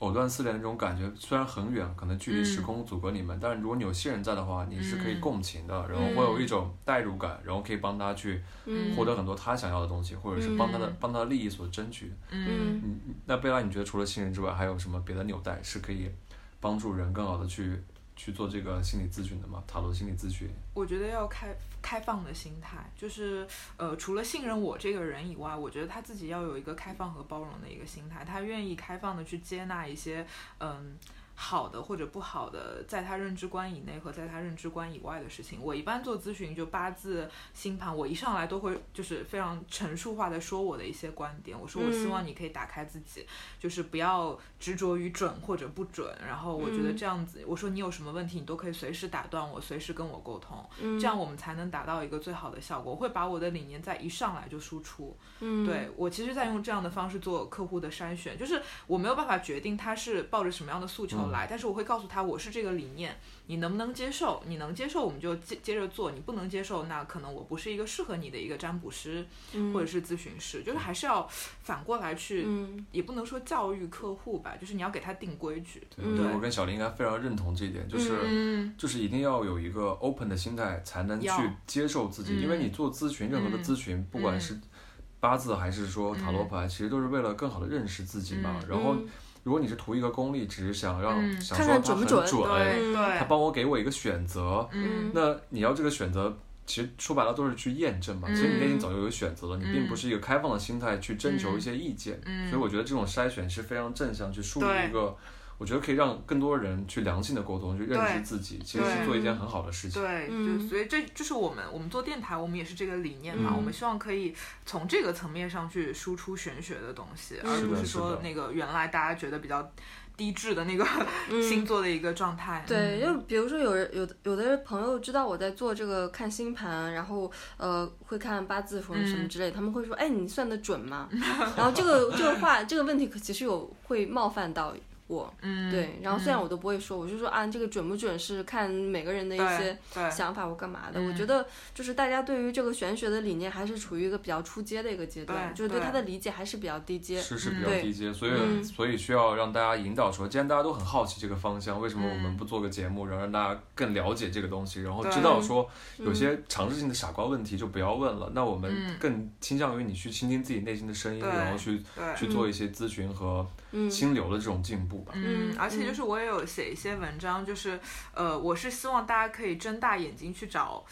藕断丝连的这种感觉，虽然很远，可能距离时
嗯
空阻隔你们，但是如果你有新人在的话，你是可以
嗯
共情的，然后会有一种代入感，然后可以帮他去
嗯
获得很多他想要的东西，或者是帮他的、帮他的利益所争取。
嗯
嗯
嗯，那贝拉，你觉得除了新人之外，还有什么别的纽带是可以帮助人更好的去去做这个心理咨询的吗？塔罗心理咨询，
我觉得要开开放的心态，就是呃，除了信任我这个人以外，我觉得他自己要有一个开放和包容的一个心态，他愿意开放的去接纳一些嗯。好的或者不好的，在他认知观以内和在他认知观以外的事情，我一般做咨询就八字星盘，我一上来都会就是非常陈述化的说我的一些观点。我说我希
嗯
望你可以打开自己，就是不要执着于准或者不准。然后我觉得
嗯
这样子，我说你有什么问题，你都可以随时打断我，随时跟我沟通。
嗯
这样我们才能达到一个最好的效果。我会把我的理念在一上来就输出。
嗯
对我其实，在用这样的方式做客户的筛选，就是我没有办法决定他是抱着什么样的诉求来，但是我会告诉他我是这个理念，你能不能接受？你能接受，我们就接接着做；你不能接受，那可能我不是一个适合你的一个占卜师或者是咨询师，就是还是要反过来去。
嗯
也不能说教育客户吧，就是你要给他定规矩。
对，我觉
对
得我跟小林应该非常认同这一点，就是。
嗯
就是一定要有一个 open 的心态，才能去
要
接受自己。
嗯
因为你做咨询，任何的
嗯
咨询，不管是八字还是说塔罗牌，其实都是为了更好的认识自己嘛。
嗯
然后
嗯，
如果你是图一个功利，只是想让、
嗯
想
看
说
看
它
准不
很
准
对
嗯
对
哎他，帮我给我一个选择，
嗯
那你要这个选择。其实说白了都是去验证嘛，
嗯
其实你内心早就有一个选择了，你
嗯
并不是一个开放的心态去征
嗯
求一些意见，
嗯，
所以我觉得这种筛选是非常正向，去树立
对
一个，我觉得可以让更多人去良性的沟通，去认
对
识自己，其实是
对
做一件很好的事情。
对，就
嗯
所以这就是我们我们做电台，我们也是这个理念嘛。
嗯
我们希望可以从这个层面上去输出玄学的东西，
嗯
而
是
不
的
是
是
说
的
那个原来大家觉得比较低质的那个
嗯
星座的一个状态。嗯
对，就比如说有人有的有的朋友知道我在做这个看星盘，然后呃会看八字什么什么
嗯
之类，他们会说，哎，你算的准吗？ [LAUGHS] 然后这个这个话这个问题可其实有会冒犯到我，
嗯，
对，然后虽然我都不会说，我就说啊，这个准不准是看每个人的
对
一些
对
想法或干嘛的。
嗯
我觉得就是大家对于这个玄学的理念还是处于一个比较初阶的一个阶段，
对
就是对
对
它的理解还是比较低阶。
是是比
嗯
较
对
低阶，所以、
嗯
所以需要让大家引导说，既然大家都很好奇这个方向，为什么我
嗯
们不做个节目，然后让大家更了解这个东西，然后
对
知道说有
嗯
些常识性的傻瓜问题就不要问了。那我
嗯
们更倾向于你去倾听自己内心的声音，
对
然后去
对。
去做一些咨询和
嗯
心流的这种进步吧。
嗯
嗯，
而且就是我也有写一些文章，就是呃，我是希望大家可以睁大眼睛去找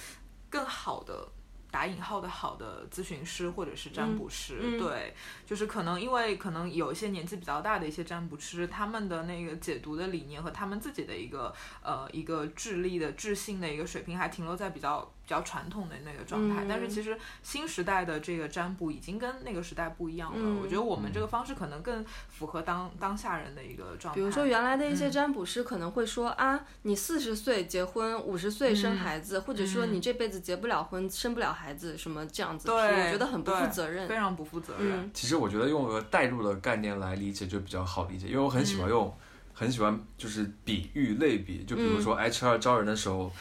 更好的。打引号的好的咨询师或者是占卜师，
嗯嗯
对，就是可能因为可能有一些年纪比较大的一些占卜师，他们的那个解读的理念和他们自己的一个呃一个智力的智性的一个水平还停留在比较比较传统的那个状态，
嗯
但是其实新时代的这个占卜已经跟那个时代不一样了，
嗯
我觉得我们这个方式可能更符合当当下人的一个状态。
比如说，原来的一
嗯
些占卜师可能会说、啊，你四十岁结婚，五十岁生孩子，或者说
嗯
你这辈子结不了婚，生不了孩子，什么这样子，
对
我觉得很不负
对
责任
非。常不负责任。
嗯
其实我觉得用个代入的概念来理解就比较好理解，因为我很喜
嗯
欢用，很喜欢就是比喻类比，就比如
嗯
说 HR 招人的时候。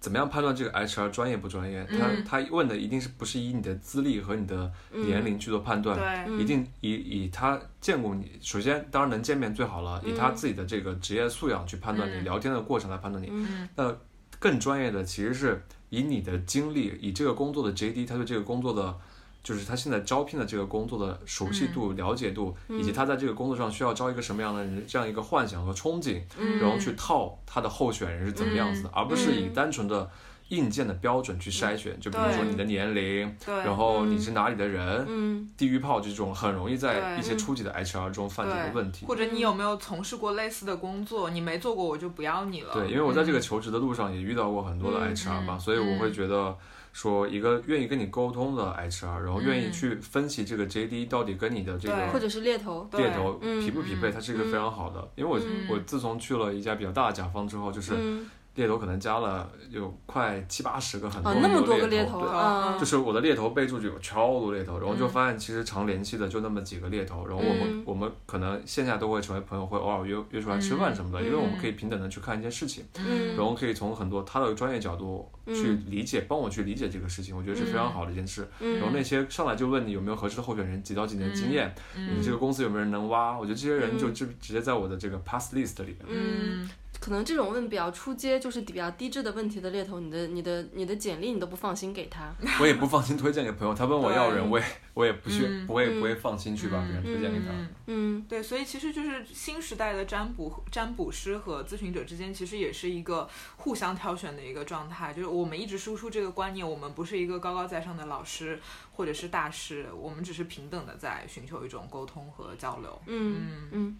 怎么样判断这个 HR 专业不专业？
嗯
他他问的一定是不是以你的资历和你的年龄去做判断，
对，
嗯
一定以以他见过你，首先当然能见面最好了，以他自己的这个职业素养去判断你，
嗯
聊天的过程来判断你。
嗯
那更专业的其实是以你的经历，以这个工作的 JD，他对这个工作的，就是他现在招聘的这个工作的熟悉
嗯
度、了解度，以及他在这个工作上需要招一个什么样的人，这样一个幻想和憧憬，
嗯
然后去套他的候选人是怎么样子的，而不是以单纯的。硬件的标准去筛选，就比如说
对
你的年龄，
对，
然后你是哪里的人，
嗯
地域炮这种很容易在
对嗯
一些初级的 HR 中犯这个
对
问题。
或者你有没有从事过类似的工作？你没做过，我就不要你了。
对，因为我在
嗯
这个求职的路上也遇到过很多的 HR 嘛，
嗯
所以我会觉得说，一个愿意跟你沟通的 HR，然后愿意
嗯
去分析这个 JD 到底跟你的这
或
个
者是猎头，
对
猎头
嗯
匹不匹配，它是一个非常好的。因为我
嗯
我自从去了一家比较大的甲方之后，就是
嗯
猎头可能加了有快七八十个，很多
啊，那么多
多
个猎
头，
头
对
啊，
就是我的猎头备注就有超多猎头，然后就发现其实常联系的就那么几个猎头，然后我们、
嗯
我们可能线下都会成为朋友，会偶尔约约出来吃饭什么的，
嗯
因为我们可以平等的去看一件事情，
嗯
然后可以从很多他的专业角度
嗯
去理解，帮我去理解这个事情，我觉得是非常好的一件事。然后
嗯
那些上来就问你有没有合适的候选人，几到几年经验，
嗯
你这个公司有没有人能挖，我觉得这些人就直直接在我的这个 pass list 里面。
嗯，可能这种问比较出街，就是比较低质的问题的猎头，你的你的你的简历你都不放心给他，
我也不放心推荐给朋友，他问我要人，
对
我也我也不去，
嗯
不会
嗯
不会放心去把别人推荐给他。
嗯
嗯
对，所以其实就是新时代的占卜占卜师和咨询者之间，其实也是一个互相挑选的一个状态。就是我们一直输出这个观念，我们不是一个高高在上的老师或者是大师，我们只是平等的在寻求一种沟通和交流。
嗯
嗯
嗯。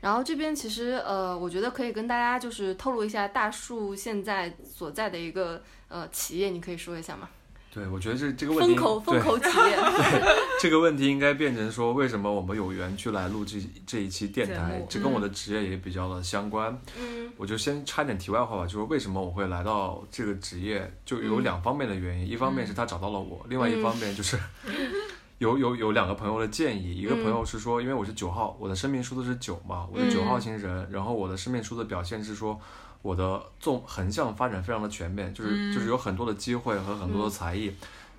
然后这边其实呃，我觉得可以跟大家就是呃透露一下大树现在所在的一个呃企业，你可以说一下吗？
对，我觉得这这个问题，
风口风
对
口企业，
[LAUGHS]
[LAUGHS]
这个问题应该变成说，为什么我们有缘去来录这这一期电
节
台
目，
这跟我的职业也比较的相关。
嗯
我就先插点题外话吧，就是为什么我会来到这个职业，就有两方面的原
嗯
因，一方面是他找到了我，另外一方面就是 [LAUGHS] 有有有两个朋友的建议，
嗯
一个朋友是说，因为我是九号，我的生命数字是九嘛，我是九号型人，然后我的生命数字表现是说。我的纵横向发展非常的全面，就是就是有很多的机会和很多的才艺，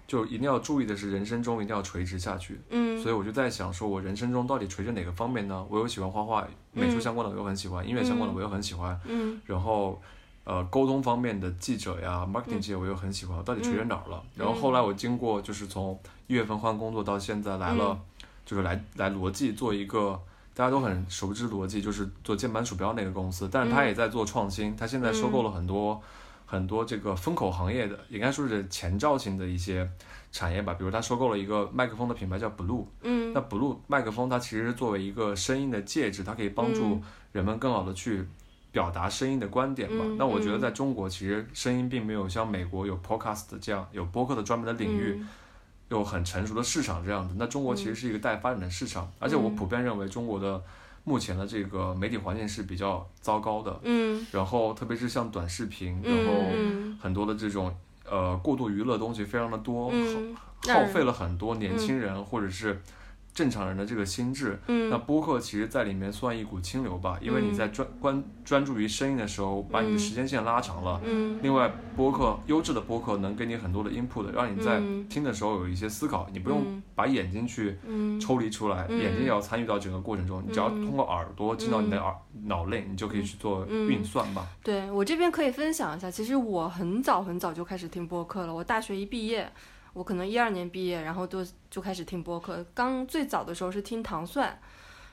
就一定要注意的是，人生中一定要垂直下去。
嗯
所以我就在想，说我人生中到底垂着哪个方面呢？我有喜欢画画，美术相关的我又很喜欢，音乐相关的我又很喜欢，
嗯
然后呃沟通方面的记者呀、marketing 界我又很喜欢，我到底垂着哪儿了？然后后来我经过就是从一月份换工作到现在来了，就是来来逻辑做一个。大家都很熟知逻辑，就是做键盘鼠标那个公司，但是它也在做创新，它现在收购了很多、很多这个风口行业的，应该说是前兆性的一些产业吧，比如它收购了一个麦克风的品牌叫 Blue，
嗯
那 Blue 麦克风它其实是作为一个声音的介质，它可以帮
嗯
助人们更好的去表达声音的观点嘛。
嗯
那我觉得
嗯
在中国其实声音并没有像美国有 podcast 这样有播客的专门的
嗯
领域，有很成熟的市场这样子。那中国其实是一个待发展的市场，而且我
嗯
普遍认为中国的目前的这个媒体环境是比较糟糕的。
嗯
然后特别是像短视频，然后
嗯
很多的这种呃过度娱乐东西非常的多，
嗯让
耗
人
费了很多年轻人或者是正常人的这个心智。那
嗯
播客其实在里面算一股清流吧，因为你在专关专注于声音的时候，把你的时间线拉长了。
嗯
另外，播客优质的播客能给你很多的 input，让你在
嗯
听的时候有一些思考，你不用
嗯
把眼睛去
嗯
抽离出来，
嗯
眼睛也要参与到整个过程中。你只要通过耳朵进到你的耳脑内，你就可以去做
嗯
运算吧。
对我这边可以分享一下，其实我很早很早就开始听播客了。我大学一毕业，我可能一二年毕业，然后就就开始听播客。刚最早的时候是听糖蒜，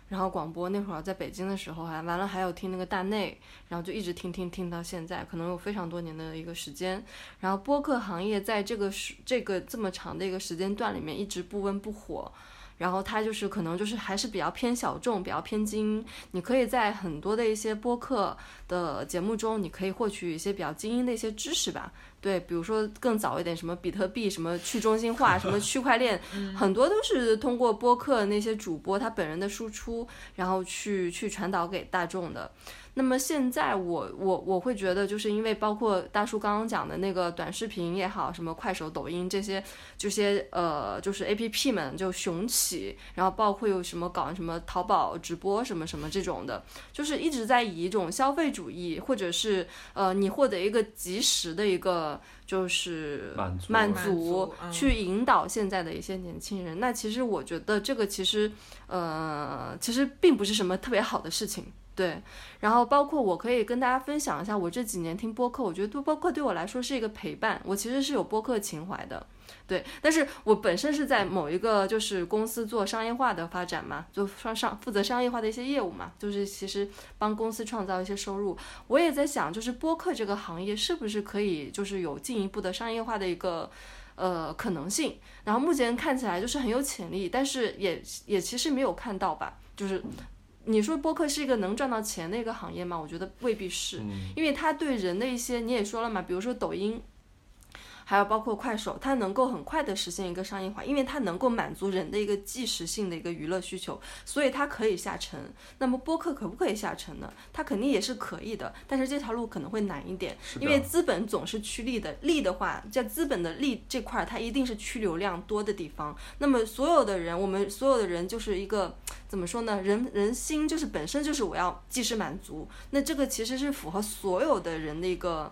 然后广播那会儿在北京的时候还完了还有听那个大内，然后就一直听听听到现在，可能有非常多年的一个时间。然后播客行业在这个时这个这么长的一个时间段里面一直不温不火。然后它就是可能就是还是比较偏小众，比较偏精英。你可以在很多的一些播客，的节目中，你可以获取一些比较精英的一些知识吧。对，比如说更早一点，什么比特币、什么去中心化、什么区块链，很多都是通过播客那些主播他本人的输出，然后去去传导给大众的。那么现在我我我会觉得，就是因为包括大叔刚刚讲的那个短视频也好，什么快手、抖音这些这些呃，就是 A P P 们就雄起，然后包括有什么搞什么淘宝直播什么什么这种的，就是一直在以一种消费主义，或者是呃，你获得一个及时的一个就是
满足
满
满
足
足，嗯
去引导现在的一些年轻人。那其实我觉得这个其实呃，其实并不是什么特别好的事情。对，然后包括我可以跟大家分享一下，我这几年听播客，我觉得播客对我来说是一个陪伴，我其实是有播客情怀的。对，但是我本身是在某一个就是公司做商业化的发展嘛，就商上负责商业化的一些业务嘛，就是其实帮公司创造一些收入。我也在想，就是播客这个行业是不是可以就是有进一步的商业化的一个呃可能性。然后目前看起来就是很有潜力，但是也也其实没有看到吧，就是。你说播客是一个能赚到钱的一个行业吗？我觉得未必是，
嗯
因为它对人的一些你也说了嘛，比如说抖音，还有包括快手，它能够很快的实现一个商业化，因为它能够满足人的一个即时性的一个娱乐需求，所以它可以下沉。那么播客可不可以下沉呢？它肯定也是可以的，但是这条路可能会难一点，因为资本总是趋利的，利的话，在资本的利这块，它一定是趋流量多的地方。那么所有的人，我们所有的人就是一个怎么说呢？人人心就是本身就是我要即时满足，那这个其实是符合所有的人的一个。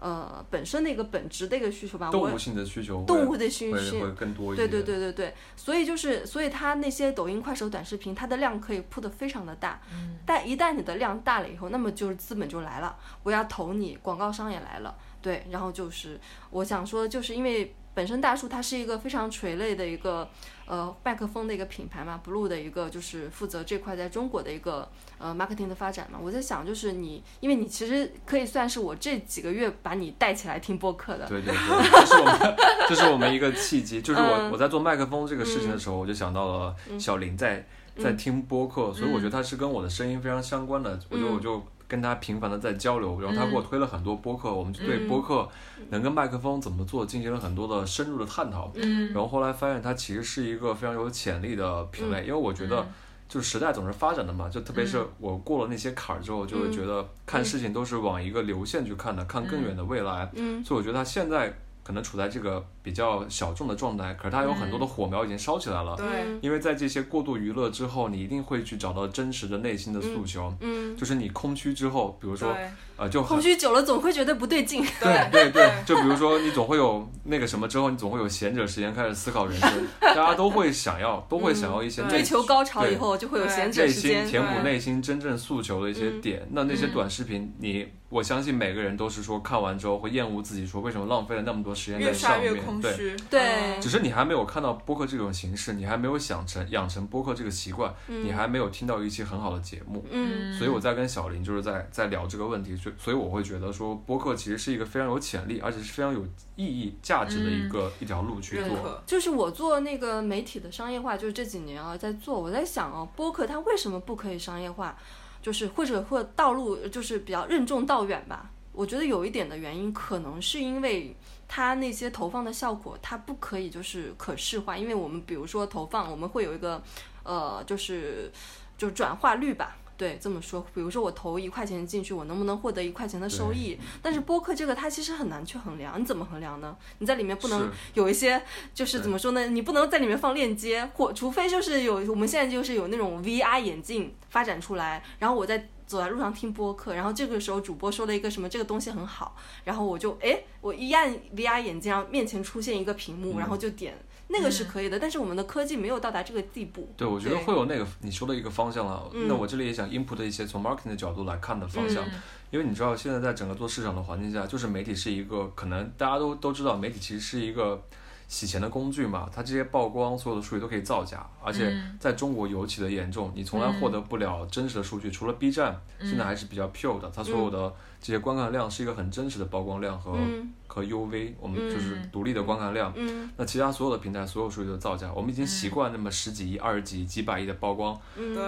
呃，本身的一个本质的一个需求吧，
动物性的需求，
动物的需求
会更多一
点。对对对对对，所以就是，所以它那些抖音、快手短视频，它的量可以铺的非常的大。嗯。但一旦你的量大了以后，那么就是资本就来了，我要投你，广告商也来了，对。然后就是我想说，就是因为本身大树它是一个非常垂类的一个呃麦克风的一个品牌嘛，Blue 的一个就是负责这块在中国的一个。呃，marketing 的发展嘛，我在想，就是你，因为你其实可以算是我这几个月把你带起来听播客的。
对对对，这是我们，这是我们一个契机。就是我、嗯、我在做麦克风这个事情的时候，嗯、我就想到了小林在、嗯、在听播客，所以我觉得他是跟我的声音非常相关的。我就我就跟他频繁的在交流，然后他给我推了很多播客，我们就对播客能跟麦克风怎么做进行了很多的深入的探讨。嗯，然后后来发现它其实是一个非常有潜力的品类，因为我觉得。就时代总是发展的嘛，就特别是我过了那些坎儿之后，就会觉得看事情都是往一个流线去看的，看更远的未来。嗯，所以我觉得他现在可能处在这个比较小众的状态，可是他有很多的火苗已经烧起来了。
对，
嗯
因为在这些过度娱乐之后，你一定会去找到真实的内心的诉求。嗯，就是你空虚之后，比如说呃，就
空虚久了总会觉得不对劲。
对对对，就比如说你总会有那个什么之后，你总会有闲着时间开始思考人生，
[LAUGHS]
大家都会想要，都会想要一些
追求高潮以后就会有闲着时间，嗯
内心填补内心真正诉求的一些点。那那些短视频，你我相信每个人都是说看完之后会厌恶自己，说为什么浪费了那么多时间在上面？对
对，
只是你还没有看到播客这种形式，你还没有想成养成播客这个习惯，
嗯
你还没有听到一期很好的节目。嗯，所以我在跟小林就是在在聊这个问题，所所以我会觉得说播客其实是一个非常有潜力，而且是非常有意义价值的一个一条路去做。
就是我做那个媒体的商业化，就是这几年啊在做，我在想哦、啊，播客它为什么不可以商业化？就是或者或道路就是比较任重道远吧。我觉得有一点的原因，可能是因为。它那些投放的效果，它不可以就是可视化，因为我们比如说投放，我们会有一个，呃，就是就转化率吧。对，这么说，比如说我投一块钱进去，我能不能获得一块钱的收益？但是播客这个它其实很难去衡量，你怎么衡量呢？你在里面不能有一些，就是怎么说呢？你不能在里面放链接，或除非就是有我们现在就是有那种 VR 眼镜发展出来，然后我在走在路上听播客，然后这个时候主播说了一个什么这个东西很好，然后我就哎我一按 VR 眼镜，然后面前出现一个屏
嗯
幕，然后就点。那个是可以的，但是我们的科技没有到达这个地步。
对，我觉得会有那个你说的一个方向了。那我这里也想 input 一些从 marketing 的角度来看的方向，因为你知道现在在整个做市场的环境下，就是媒体是一个可能大家都都知道，媒体其实是一个洗钱的工具嘛，它这些曝光所有的数据都可以造假，而且在中国尤其的严重，你从来获得不了真实的数据，除了 B 站现在还是比较 pure 的，它所有的这些观看量是一个很真实的曝光量和。
嗯
和 UV，我们就是独立的观看量。嗯，嗯那其他所有的平台所有数据都造假，我们已经习惯那么十几亿、嗯、二十几亿、几百亿的曝光。
嗯，对，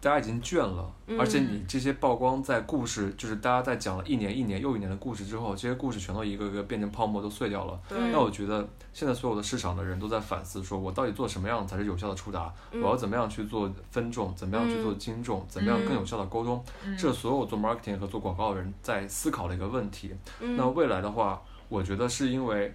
大家已经倦了。嗯、而且你这些曝光在故事，就是大家在讲了一年、一年又一年的故事之后，这些故事全都一个个变成泡沫，都碎掉了。
嗯
那我觉得现在所有的市场的人都在反思，说我到底做什么样才是有效的触达？我要怎么样去做分众？怎么样去做精众？怎么样更有效的沟通？这所有做 marketing 和做广告的人在思考的一个问题。
嗯
那未来的话。我觉得是因为，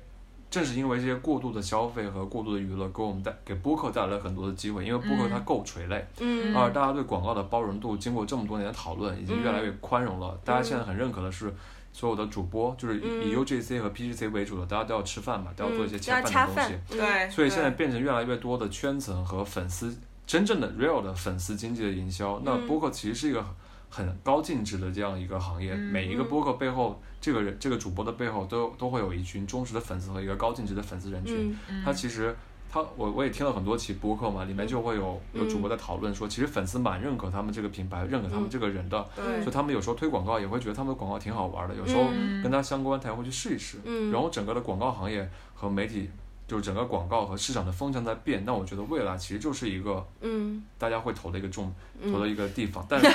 正是因为这些过度的消费和过度的娱乐，给我们带给播客带来了很多的机会，因为播客它够垂类，嗯，而大家对广告的包容度，经过这么多年的讨论，已经越来越宽容了。嗯、嗯大家现在很认可的是，所有的主播就是以 UGC 和 PGC 为主的，大家都要吃饭嘛，都要做一些嗯恰饭的
嗯
西，
东
对，
所以现在变成越来越多的圈层和粉丝，真正的 real 的粉丝经济的营销。那播客其实是一个。很高净值的这样一个行业，每一个播客背后，这个人这个主播的背后都都会有一群忠实的粉丝和一个高净值的粉丝人
嗯
群。
嗯
他其实他我我也听了很多期播客嘛，里面就会有有主播在讨论说，其实粉丝蛮认可他们这个品牌，认可他们这个人的，
嗯
所以他们有时候推广告也会觉得他们的广告挺
嗯
好玩的，有时候跟他相关他也会去试一试。然后整个的广告行业和媒体。就是整个广告和市场的风向在变，那我觉得未来其实就是一个
嗯
大家会投的一个重
嗯
投的一个地方，
[LAUGHS]
但是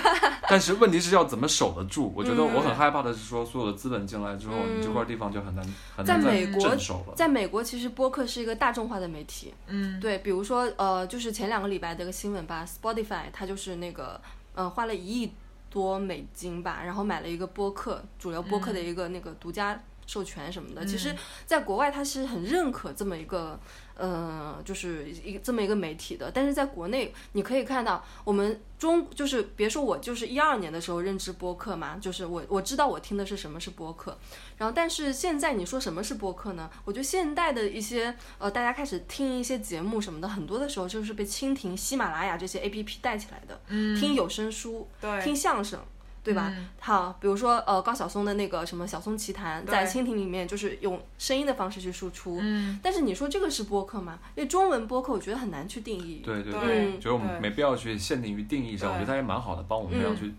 但是问题是要怎么守得住？我觉得
嗯
我很害怕的是说，所有的资本进来之后，
嗯
你这块地方就很难很
在
难再
美国
镇守了。
在美国，其实播客是一个大众化的媒体。
嗯，
对，比如说呃，就是前两个礼拜的一个新闻吧，Spotify 它就是那个呃花了一亿多美金吧，然后买了一个播客主流播客的一个那个独家授权什么
嗯
的。其实，在国外它是很认可这么一个。呃，就是一这么一个媒体的，但是在国内你可以看到，我们中就是别说我就是一二年的时候认知播客嘛，就是我我知道我听的是什么是播客，然后但是现在你说什么是播客呢？我觉得现代的一些呃，大家开始听一些节目什么的，很多的时候就是被蜻蜓、喜马拉雅这些 A P P 带起来的，
嗯
听有声书，
对
听相声。对吧？
嗯
好，比如说呃，高晓松的那个什么《晓松奇谈》，
对
在蜻蜓里面就是用声音的方式去输出。
嗯，
但是你说这个是播客吗？因为中文播客我觉得很难去定义。
对对
对
对，
嗯
觉得我们
对
没必要去限定于定义上，我觉
对
得
嗯
它也蛮好的，帮我们培养去。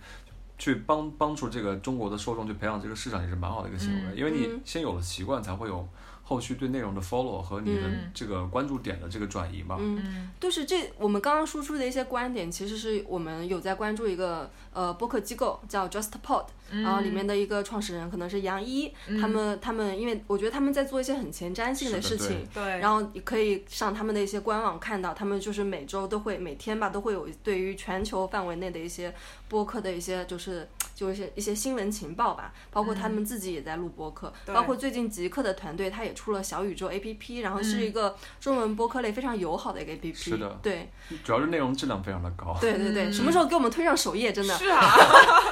去帮帮助这个中国的受众去培养这个市场也是蛮好的一个行为，
嗯
因为你
嗯
先有了习惯，才会有后续对内容的 follow 和你的
嗯
这个关注点的这个转移嘛。
嗯
嗯
就是这，我们刚刚输出的一些观点，其实是我们有在关注一个呃播客机构叫 JustPod，、然
嗯
后里面的一个创始人可能是杨一，
嗯
他们他们因为我觉得他们在做一些很前瞻性的
是
事
的对
情，
对，
然后你可以上他们的一些官网看到，他们就是每周都会每天吧都会有对于全球范围内的一些播客的一些就是就是一些一些新闻情报吧，包括他们自己也在录播客，
嗯对
包括最近极客的团队他也出了小宇宙 APP，然后是一
嗯
个中文播客类非常友好的一个 APP，
是的
对
主要是内容质量非常的高。
对对对，
嗯
什么时候给我们推上首页？真的，
是啊，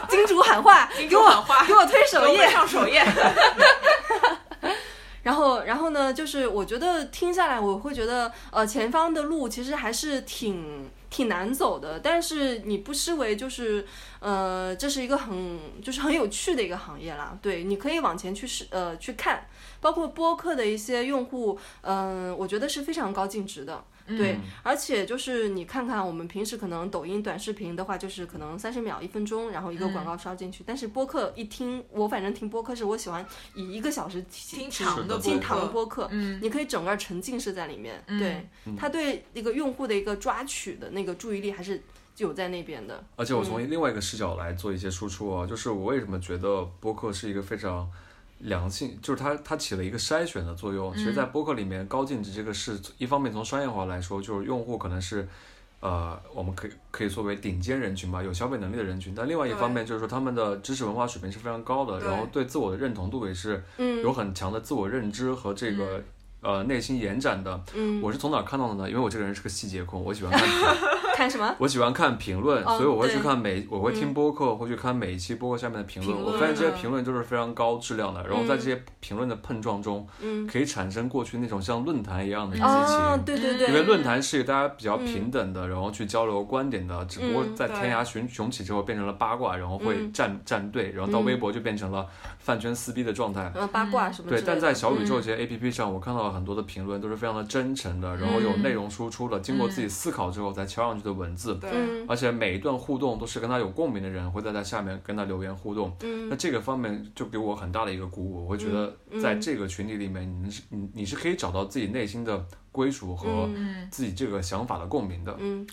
金主喊话，
[LAUGHS] 金
给
钟
我
晚花
给我推 [LAUGHS] 首
给我
页
们，上首页，
然后，然后呢，就是我觉得听下来，我会觉得，呃，前方的路其实还是挺挺难走的，但是你不失为就是，呃，这是一个很就是很有趣的一个行业啦。对，你可以往前去试，呃，去看，包括播客的一些用户，嗯、我觉得是非常高净值的。 [LAUGHS]
嗯
嗯
对，而且就是你看看我们平时可能抖音短视频的话，就是可能三十秒、一分钟，然后一个
嗯
广告刷进去。但是播客一听，我反正听播客是我喜欢以一个小时起
听
起
长的
听
听堂播客，
嗯
你可以整个沉浸式在里面。
嗯
对，它对那个用户的一个抓取的那个注意力还是有在那边的。
而且我从另外一个视角来做一些输出啊，就是我为什么觉得播客是一个非常良性，就是它它起了一个筛选的作用。其实，在播客里面，高净值这个事，一方面从商业化来说，就是用户可能是。呃，我们可以可以作为顶尖人群嘛，有消费能力的人群。但另外一
对
方面就是说，他们的知识文化水平是非常高的，
对
然后对自我的认同度也是
嗯
有很强的自我认知和这个、呃内心延展的。
嗯，
我是从哪儿看到的呢？因为我这个人是个细节控，我喜欢看评论
看什么？
我喜欢看评论，
哦
所以我会去
对嗯
看每，我会听播客，会去看每一期播客下面的评论。
评
我
论
发现这些
嗯
评论都是非常高质量的，然后在这些评论的碰撞中，
嗯，
可以产生过去那种像论坛一样的激
哦，
情。
对对
嗯因为
对，
论坛是大家比较平等的，然后去交流观点的，只不过
嗯
在
对
天涯雄雄起之后变成了八卦，然后会
嗯
站站队，然后到微博就变成了饭圈撕逼的状态。
呃，八卦什么之
嗯对
类，的。
但在小宇宙
嗯
这些 A P P 上，我看到了很多的评论都是非常的真诚的，然后
嗯
有内容输出的，经过自己思考之后才敲上去的文字。
对，
嗯
而且每一段互动都是跟他有共鸣的人会在他下面跟他留言互动。那
嗯
这个方面就给我很大的一个鼓舞，我会觉得
嗯
在这个群体里面，你是你你是可以找到自己内心的归属和
嗯
自己这个想法的共鸣的。
嗯，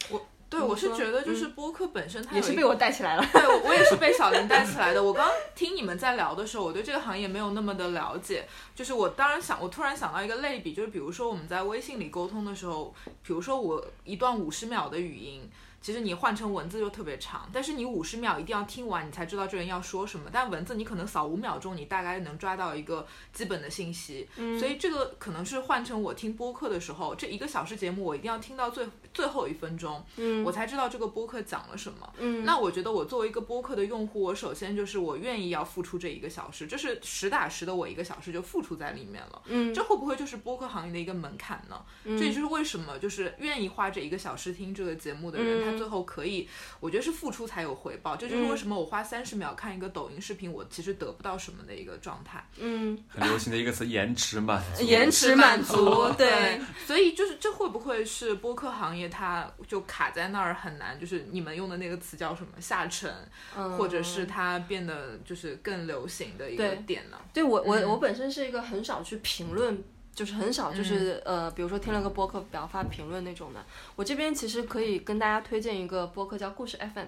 对，
你
我是
说
觉得就
嗯
是播客本身它
也
有
是
一
被我带起来了。
对， [LAUGHS] 我我也是被小林带起来的。我刚听你们在聊的时候，我对这个行业没有那么的了解。就是我当然想，我突然想到一个类比，就是比如说我们在微信里沟通的时候，比如说我一段五十秒的语音，其实你换成文字就特别长，但是你五十秒一定要听完，你才知道这人要说什么。但文字你可能扫五秒钟，你大概能抓到一个基本的信息。所
嗯
以这个可能是换成我听播客的时候，这一个小时节目我一定要听到最最后一分钟，
嗯
我才知道这个播客讲了什么。
嗯，
那我觉得我作为一个播客的用户，我首先就是我愿意要付出这一个小时，这是实打实的，我一个小时就付出在里面了。
嗯
这会不会就是播客行业的一个门槛呢？这也就是为什么就是愿意花这一个小时听这个节目的
嗯
人，他最后可以，我觉得是付出才有回报。这就是
嗯
为什么我花三十秒看一个抖音视频，我其实得不到什么的一个状态。
嗯，
很流行的一个词“延迟满足”。
延迟满足
[LAUGHS] 足，，
对，，
所以就是这会不会是播客行业它就卡在那儿很难？就是你们用的那个词叫什么下沉，
嗯
[LAUGHS] 或者是它变得就是更流行的一个
对
点呢？
对我我
嗯
我本身是一个很少去评论。就是很少，就是、呃，比如说听了个播客表发评论那种的。我这边其实可以跟大家推荐一个播客叫故事 FM，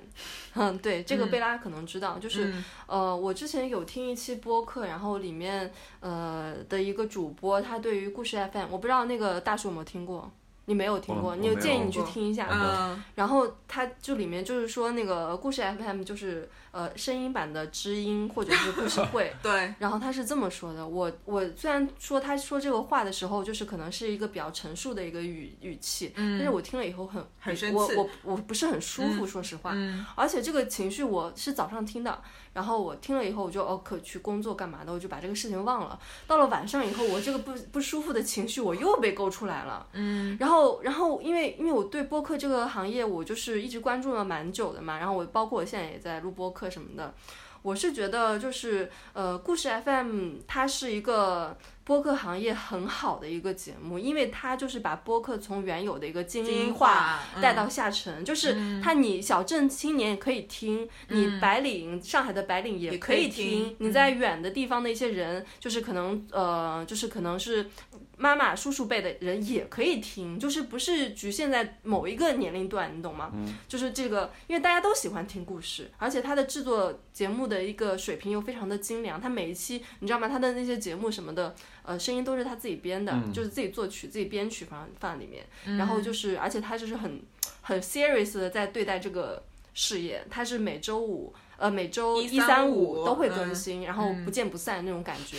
嗯，对，这个贝拉可能知道，就是
嗯
呃，我之前有听一期播客，然后里面呃的一个主播，他对于故事 FM，我不知道那个大叔有没有听过，你没有听
我
过，
我
你有
没
建议
有
你去听一下。
嗯。
然后他就里面就是说那个故事 FM 就是呃声音版的知音或者是故事会
对，
然后他是这么说的，我我虽然说他说这个话的时候，就是可能是一个比较陈述的一个语语气，但是我听了以后很
很嗯生
我
气
我我不是很舒服，说实话，
嗯
而且这个情绪我是早上听的，然后我听了以后我就哦可去工作干嘛的，我就把这个事情忘了。到了晚上以后，我这个不不舒服的情绪我又被勾出来了。
嗯，
然后然后因为因为我对播客这个行业我就是一直关注了蛮久的嘛，然后我包括我现在也在录播客什么的。我是觉得，就是呃，故事 FM 它是一个播客行业很好的一个节目，因为它就是把播客从原有的一个精
精
英
英
化
化
带到下沉，就是
嗯
他你小镇青年也可以听，你白领上海的白领也
也
可
可以
听，
听嗯
你在远的地方的一些人，就是可能呃，就是可能是。妈妈、叔叔辈的人也可以听，就是不是局限在某一个年龄段，你懂吗？就是这个，因为大家都喜欢听故事，而且它的制作节目的一个水平又非常的精良。它每一期，你知道吗？它的那些节目什么的，呃，声音都是他自己编的，就是自己作曲、自己编曲放放里面。然后就是，而且他就是很很 serious 的在对待这个事业，他是每周五。呃，每周一三
135
五嗯都会更新，然
嗯
后不见不散那种感觉。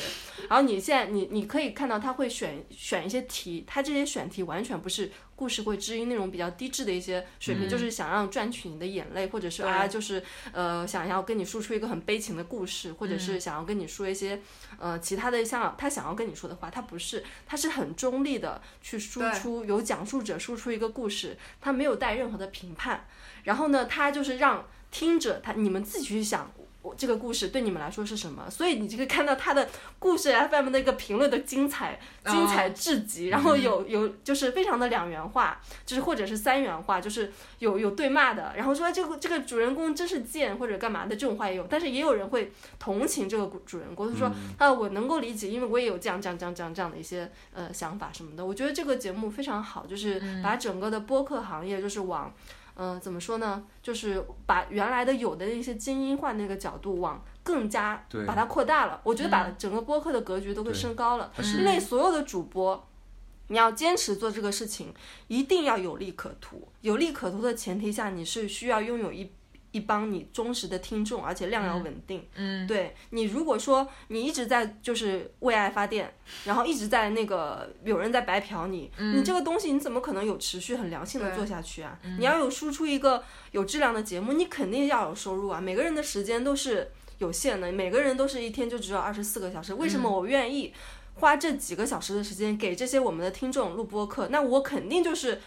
然后你现在你你可以看到他会选选一些题，他这些选题完全不是故事会之一那种比较低质的一些水平，就是想让赚取你的眼泪，或者是
嗯对
啊，就是呃想要跟你输出一个很悲情的故事，或者是
嗯
想要跟你说一些呃其他的像他想要跟你说的话，他不是，他是很中立的去输
对
出，有讲述者输出一个故事，他没有带任何的评判。然后呢，他就是让听者他你们自己去想。我这个故事对你们来说是什么？所以你就可以看到他的故事 FM 那个评论的精彩，
哦
精彩至极。然后有有就是非常的两元化，就是或者是三元化，就是有有对骂的，然后说这个这个主人公真是贱或者干嘛的这种话也有，但是也有人会同情这个故主人公，就说
嗯
啊、我能够理解，因为我也有这样这样这样这样这样的一些呃想法什么的。我觉得这个节目非常好，就是把整个的播客行业就是往。嗯、怎么说呢？就是把原来的有的那些精英化那个角度往更加
对
把它扩大了。我觉得把整个播客的格局都会
对
升高了。
它是
因为所有的主播，你要坚持做这个事情，一定要有利可图。有利可图的前提下，你是需要拥有一一帮你忠实的听众，而且量要稳定。
嗯，
对你如果说你一直在就是为爱发电，然后一直在那个有人在白嫖你，你这个东西你怎么可能有持续很良性的
嗯对嗯
做下去啊？你要有输出一个有质量的节目，你肯定要有收入啊。每个人的时间都是有限的，每个人都是一天就只有二十四个小时。为什
嗯
么我愿意花这几个小时的时间给这些我们的听众录播课？那我肯定就是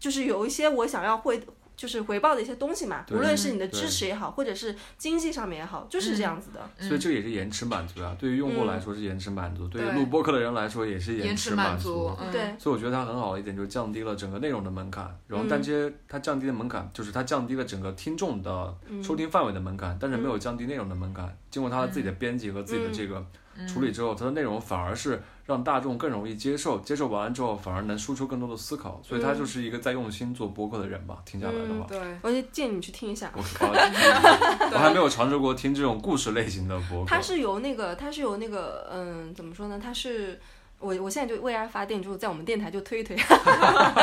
就是有一些我想要会。就是回报的一些东西嘛，无
对
论是你的
对
支持也好，或者是经济上面也好，就是这样子的。
所以这个也是延迟满足啊，对于用户来说是延迟满足，对于
对
录播客的人来说也是
延
迟
迟满
足。
嗯
对，
所以我觉得它很好的一点就是降低了整个内容的门槛，然后但这些它降低的门槛就是它降低了整个听众的
嗯
嗯
收听范围的门槛，但是没有降低内容的门槛。经过它自己的编辑和自己
嗯
的这个处理之后，它的内容反而是让大众更容易接受，接受完之后反而能输出更多的思考，所以他就是一个在用心做播客的人吧。听下来的话，
嗯对，
我就建议你去听一下。
[LAUGHS]
我我我还没有尝试过听这种故事类型的播客
它。是由那个，它是由那个，嗯，怎么说呢？它是我我现在就为爱发电，就在我们电台就推一推。 [LAUGHS]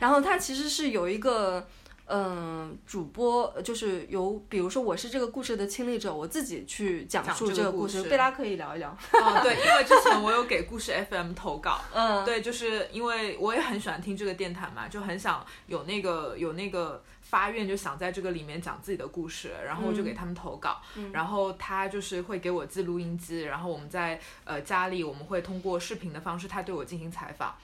然后它其实是有一个，嗯，主播呃就是由，比如说我是这个故事的亲历者，我自己去讲
讲
述
这
这
个
个
故
故事。
事
贝拉可以聊一聊。
哦对，因为之前我有给故事 FM 投稿，
嗯，
对，就是因为我也很喜欢听这个电台嘛，就很想有那个有那个发愿，就想在这个里面讲自己的故事，然后我
嗯
就给他们投稿，然后他就是会给我寄录音机，然后我们在呃家里我们会通过视频的方式，他对我进行采访。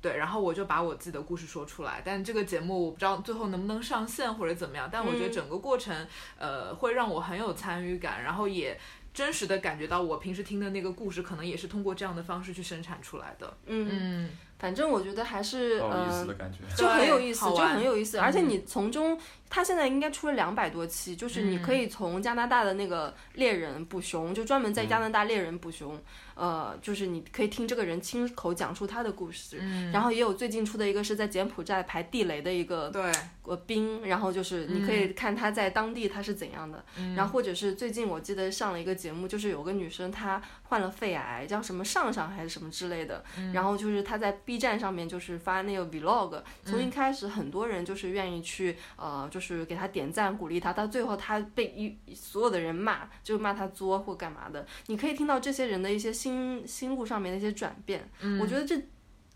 对，然后我就把我自己的故事说出来，但这个节目我不知道最后能不能上线或者怎么样，但我觉得
嗯
整个过程，呃，会让我很有参与感，然后也真实的感觉到我平时听的那个故事，可能也是通过这样的方式去生产出来的。
嗯，
嗯，
反正我觉得还是
好有意思
嗯、
的感觉。
呃
就很有意思，
好
就
玩嗯
很有意思。而且你从中，他现在应该出了两百多期，就是你可以
嗯
从加拿大的那个猎人捕熊，就专门在
嗯
加拿大猎人捕熊，呃，就是你可以听这个人亲口讲述他的故事。
嗯，
然后也有最近出的一个是在柬埔寨排地雷的一个
对，
呃兵，然后就是你可以看他在当地他是怎样的，然后或者是最近我记得上了一个节目，就是有个女生她患了肺癌，叫什么上上还是什么之类的，然后就是她在 B 站上面就是发那个 vlog，从一开始很多人就是愿意去呃就是给她点赞鼓励她，到最后她被一所有的人骂，就骂她作或干嘛的，你可以听到这些人的一些心心路上面的一些转变，
嗯
我觉得这。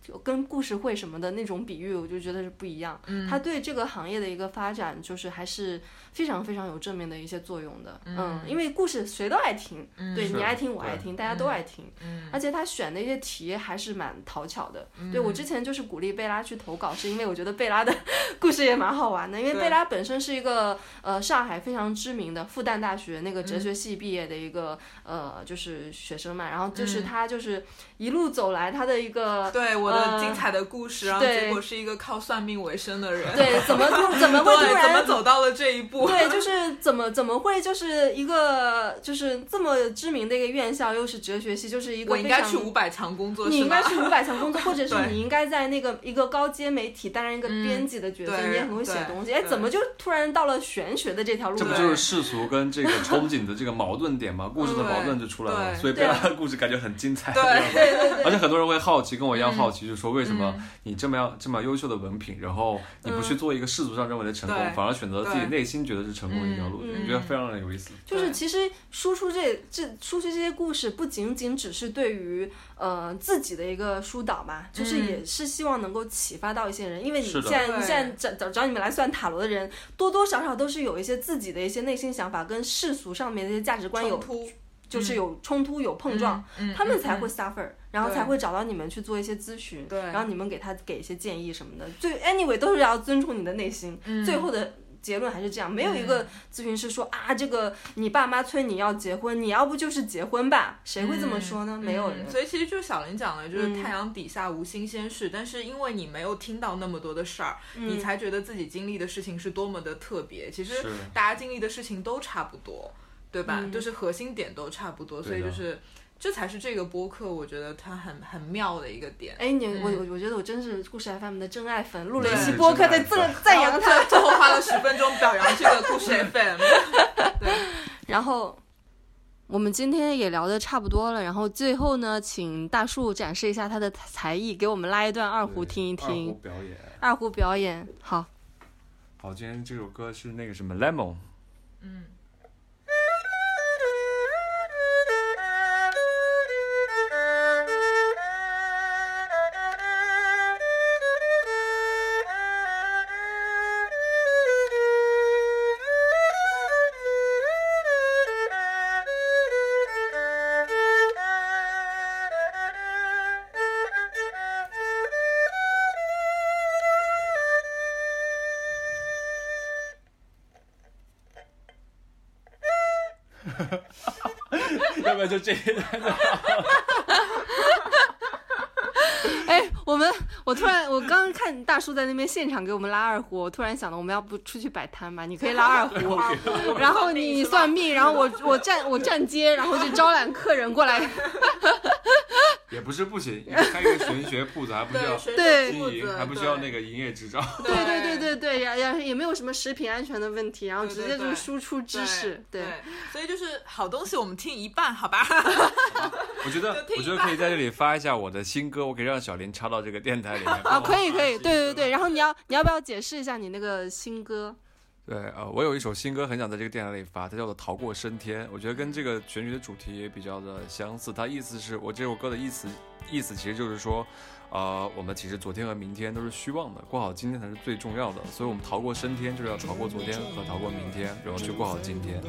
就跟故事会什么的那种比喻，我就觉得是不一样。它对这个行业的一个发展，就是还是非常非常有正面的一些作用的。嗯，因为故事谁都爱听，对
是
你爱听，我
对
爱听，大家都爱听。而且他选的一些题还是蛮讨巧的。对我之前就是鼓励贝拉去投稿，是因为我觉得贝拉的故事也蛮好玩的，因为
对
贝拉本身是一个呃上海非常知名的复旦大学那个哲学系毕业的一个、呃就是学生嘛，然后就是他就是一路走来他的一个。
嗯对我的精彩的故事，然后
呃对
结果是一个靠算命为生的人，
对，怎么
[LAUGHS]
突怎么会突
对，
然
怎么走到了这一步？
[LAUGHS] 对，就是怎么怎么会就是一个就是这么知名的一个院校，又是哲学系，就是一个
我应该
非常
去五百强工作
你
室
应
吗
该？去五百强工作，
[LAUGHS]
或者是
对嗯
你应该在那个一个高阶媒体担任一个编辑的角色，
对
你也很会写
对
东西。哎，
对
怎么就突然到了玄学的这条路
这不
上？
就是世俗跟这个憧憬的这个矛
[LAUGHS]
盾点吗？故事的矛盾就出来了，
对
所以贝拉的故事感觉很精彩。
对 [LAUGHS]
对对对
[LAUGHS] 而且很多人会好奇，跟我一样好
嗯
奇，就说为什么你这么样这么优秀的文凭，然后你不去做一个世俗上认为的成功，
对
反而选择自己
对
内心觉得是成功的一条路，
嗯
我觉得非常的有意思。
就是
对
其实输出这这输出这些故事，不仅仅只是对于呃自己的一个疏导嘛，就是
嗯
也是希望能够启发到一些人，因为你
是
现
的
在
对
你现在找找找你们来算塔罗的人，多多少少都是有一些自己的一些内心想法跟世俗上面的一些价值观有
冲突
就是有冲突有碰撞，
嗯
他们才
嗯
会 suffer，然后
对
才会找到你们去做一些咨询，
对
然后你们给他给一些建议什么的，最 anyway 都是要尊重你的内心，
嗯
最后的。结论还是这样，没有一个咨询师说、啊，这个你爸妈催你要结婚，你要不就是结婚吧？谁会这么说呢？没有人
嗯。所以其实就是小林讲的，就是
嗯
太阳底下无新鲜事，但是因为你没有听到那么多的事儿，
嗯
你才觉得自己经历的事情是多么的特别。其实
是
大家经历的事情都差不多，对吧？
嗯
就是核心点都差不多，所
对
以
的
就是这才是这个播客，我觉得它很很妙的一个点。
哎，你我我我觉得我真是故事 FM 的真爱粉，录了一
对
期
是
播客
真
在
爱
赞
[LAUGHS]
粉
赞扬他，
他，最后花了十分钟表扬这个故事
[LAUGHS]
FM。
然后我们今天也聊的差不多了，然后最后呢，请大树展示一下他的才艺，给我们拉一段二胡听一
二胡
听，
表演。
二胡表演。好，
好，今天这首歌是那个什么 Lemon。
嗯。，
[LAUGHS] 要不然就这个，
哎，我们我突然我刚刚看大树在那边现场给我们拉二胡，我突然想到我们要不出去摆摊吧？你可以拉二胡
[LAUGHS] 我们
然后
算命
你
是吧
算命，然后我我站我站街，然后就招揽客人过来。
也不是不行，开一个玄学铺子还不需要
对，水
对
手
经
裤子
营，还不需要那个营业
[LAUGHS]
执照。
对
对对对对对，然然后也没有什么食品安全的问题，然后
对
直
对
接就是
对
输出知识，
对，所以就是好东西我们听一半，好吧？
我觉得
就，听
我
一
觉得
半
可以在这里发一下我的新歌，我可以让小林插到这个电台里面。
啊，可以可以，对对对，
对。
然后你要你要不要解释一下你那个新歌？
对，呃，我有一首新歌很想在这个电台里发，它叫做《逃过升天》，我觉得跟这个选曲的主题也比较的相似。它意思是我这首歌的意思，意思其实就是说，呃，我们其实昨天和明天都是虚妄的，过好今天才是最重要的。所以，我们逃过升天就是要逃过昨天和逃过明天，然后去过好今天。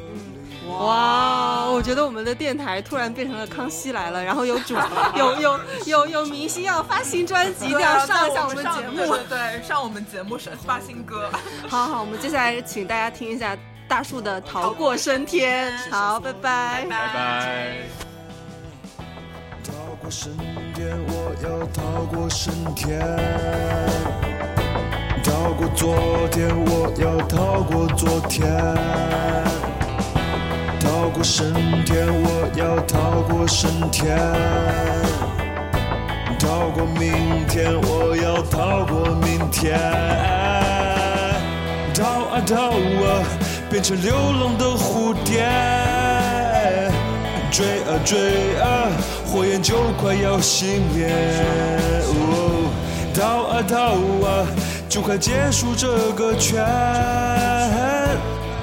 哇，哦我觉得我们的电台突然变成了《康熙来了》，然后有主有有有有明星要发新专辑，一定
啊
要上一下我们节目。
对，对上我们节目是发新歌。
好好，我们接下来请大家听一下大树的《逃过升天》。好，拜拜
拜拜。
逃过身边，我要逃过升天，逃过昨天，我要逃过昨天，逃过升天，我要逃过升天，逃过明天，我要逃过明天，逃啊逃啊，变成流浪的蝴蝶。追啊追啊，火焰就快要熄灭。哦，逃啊逃啊，就快结束这个圈。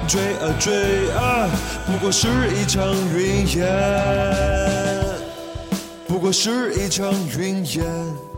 追啊追啊，不过是一场云烟，不过是一场云烟。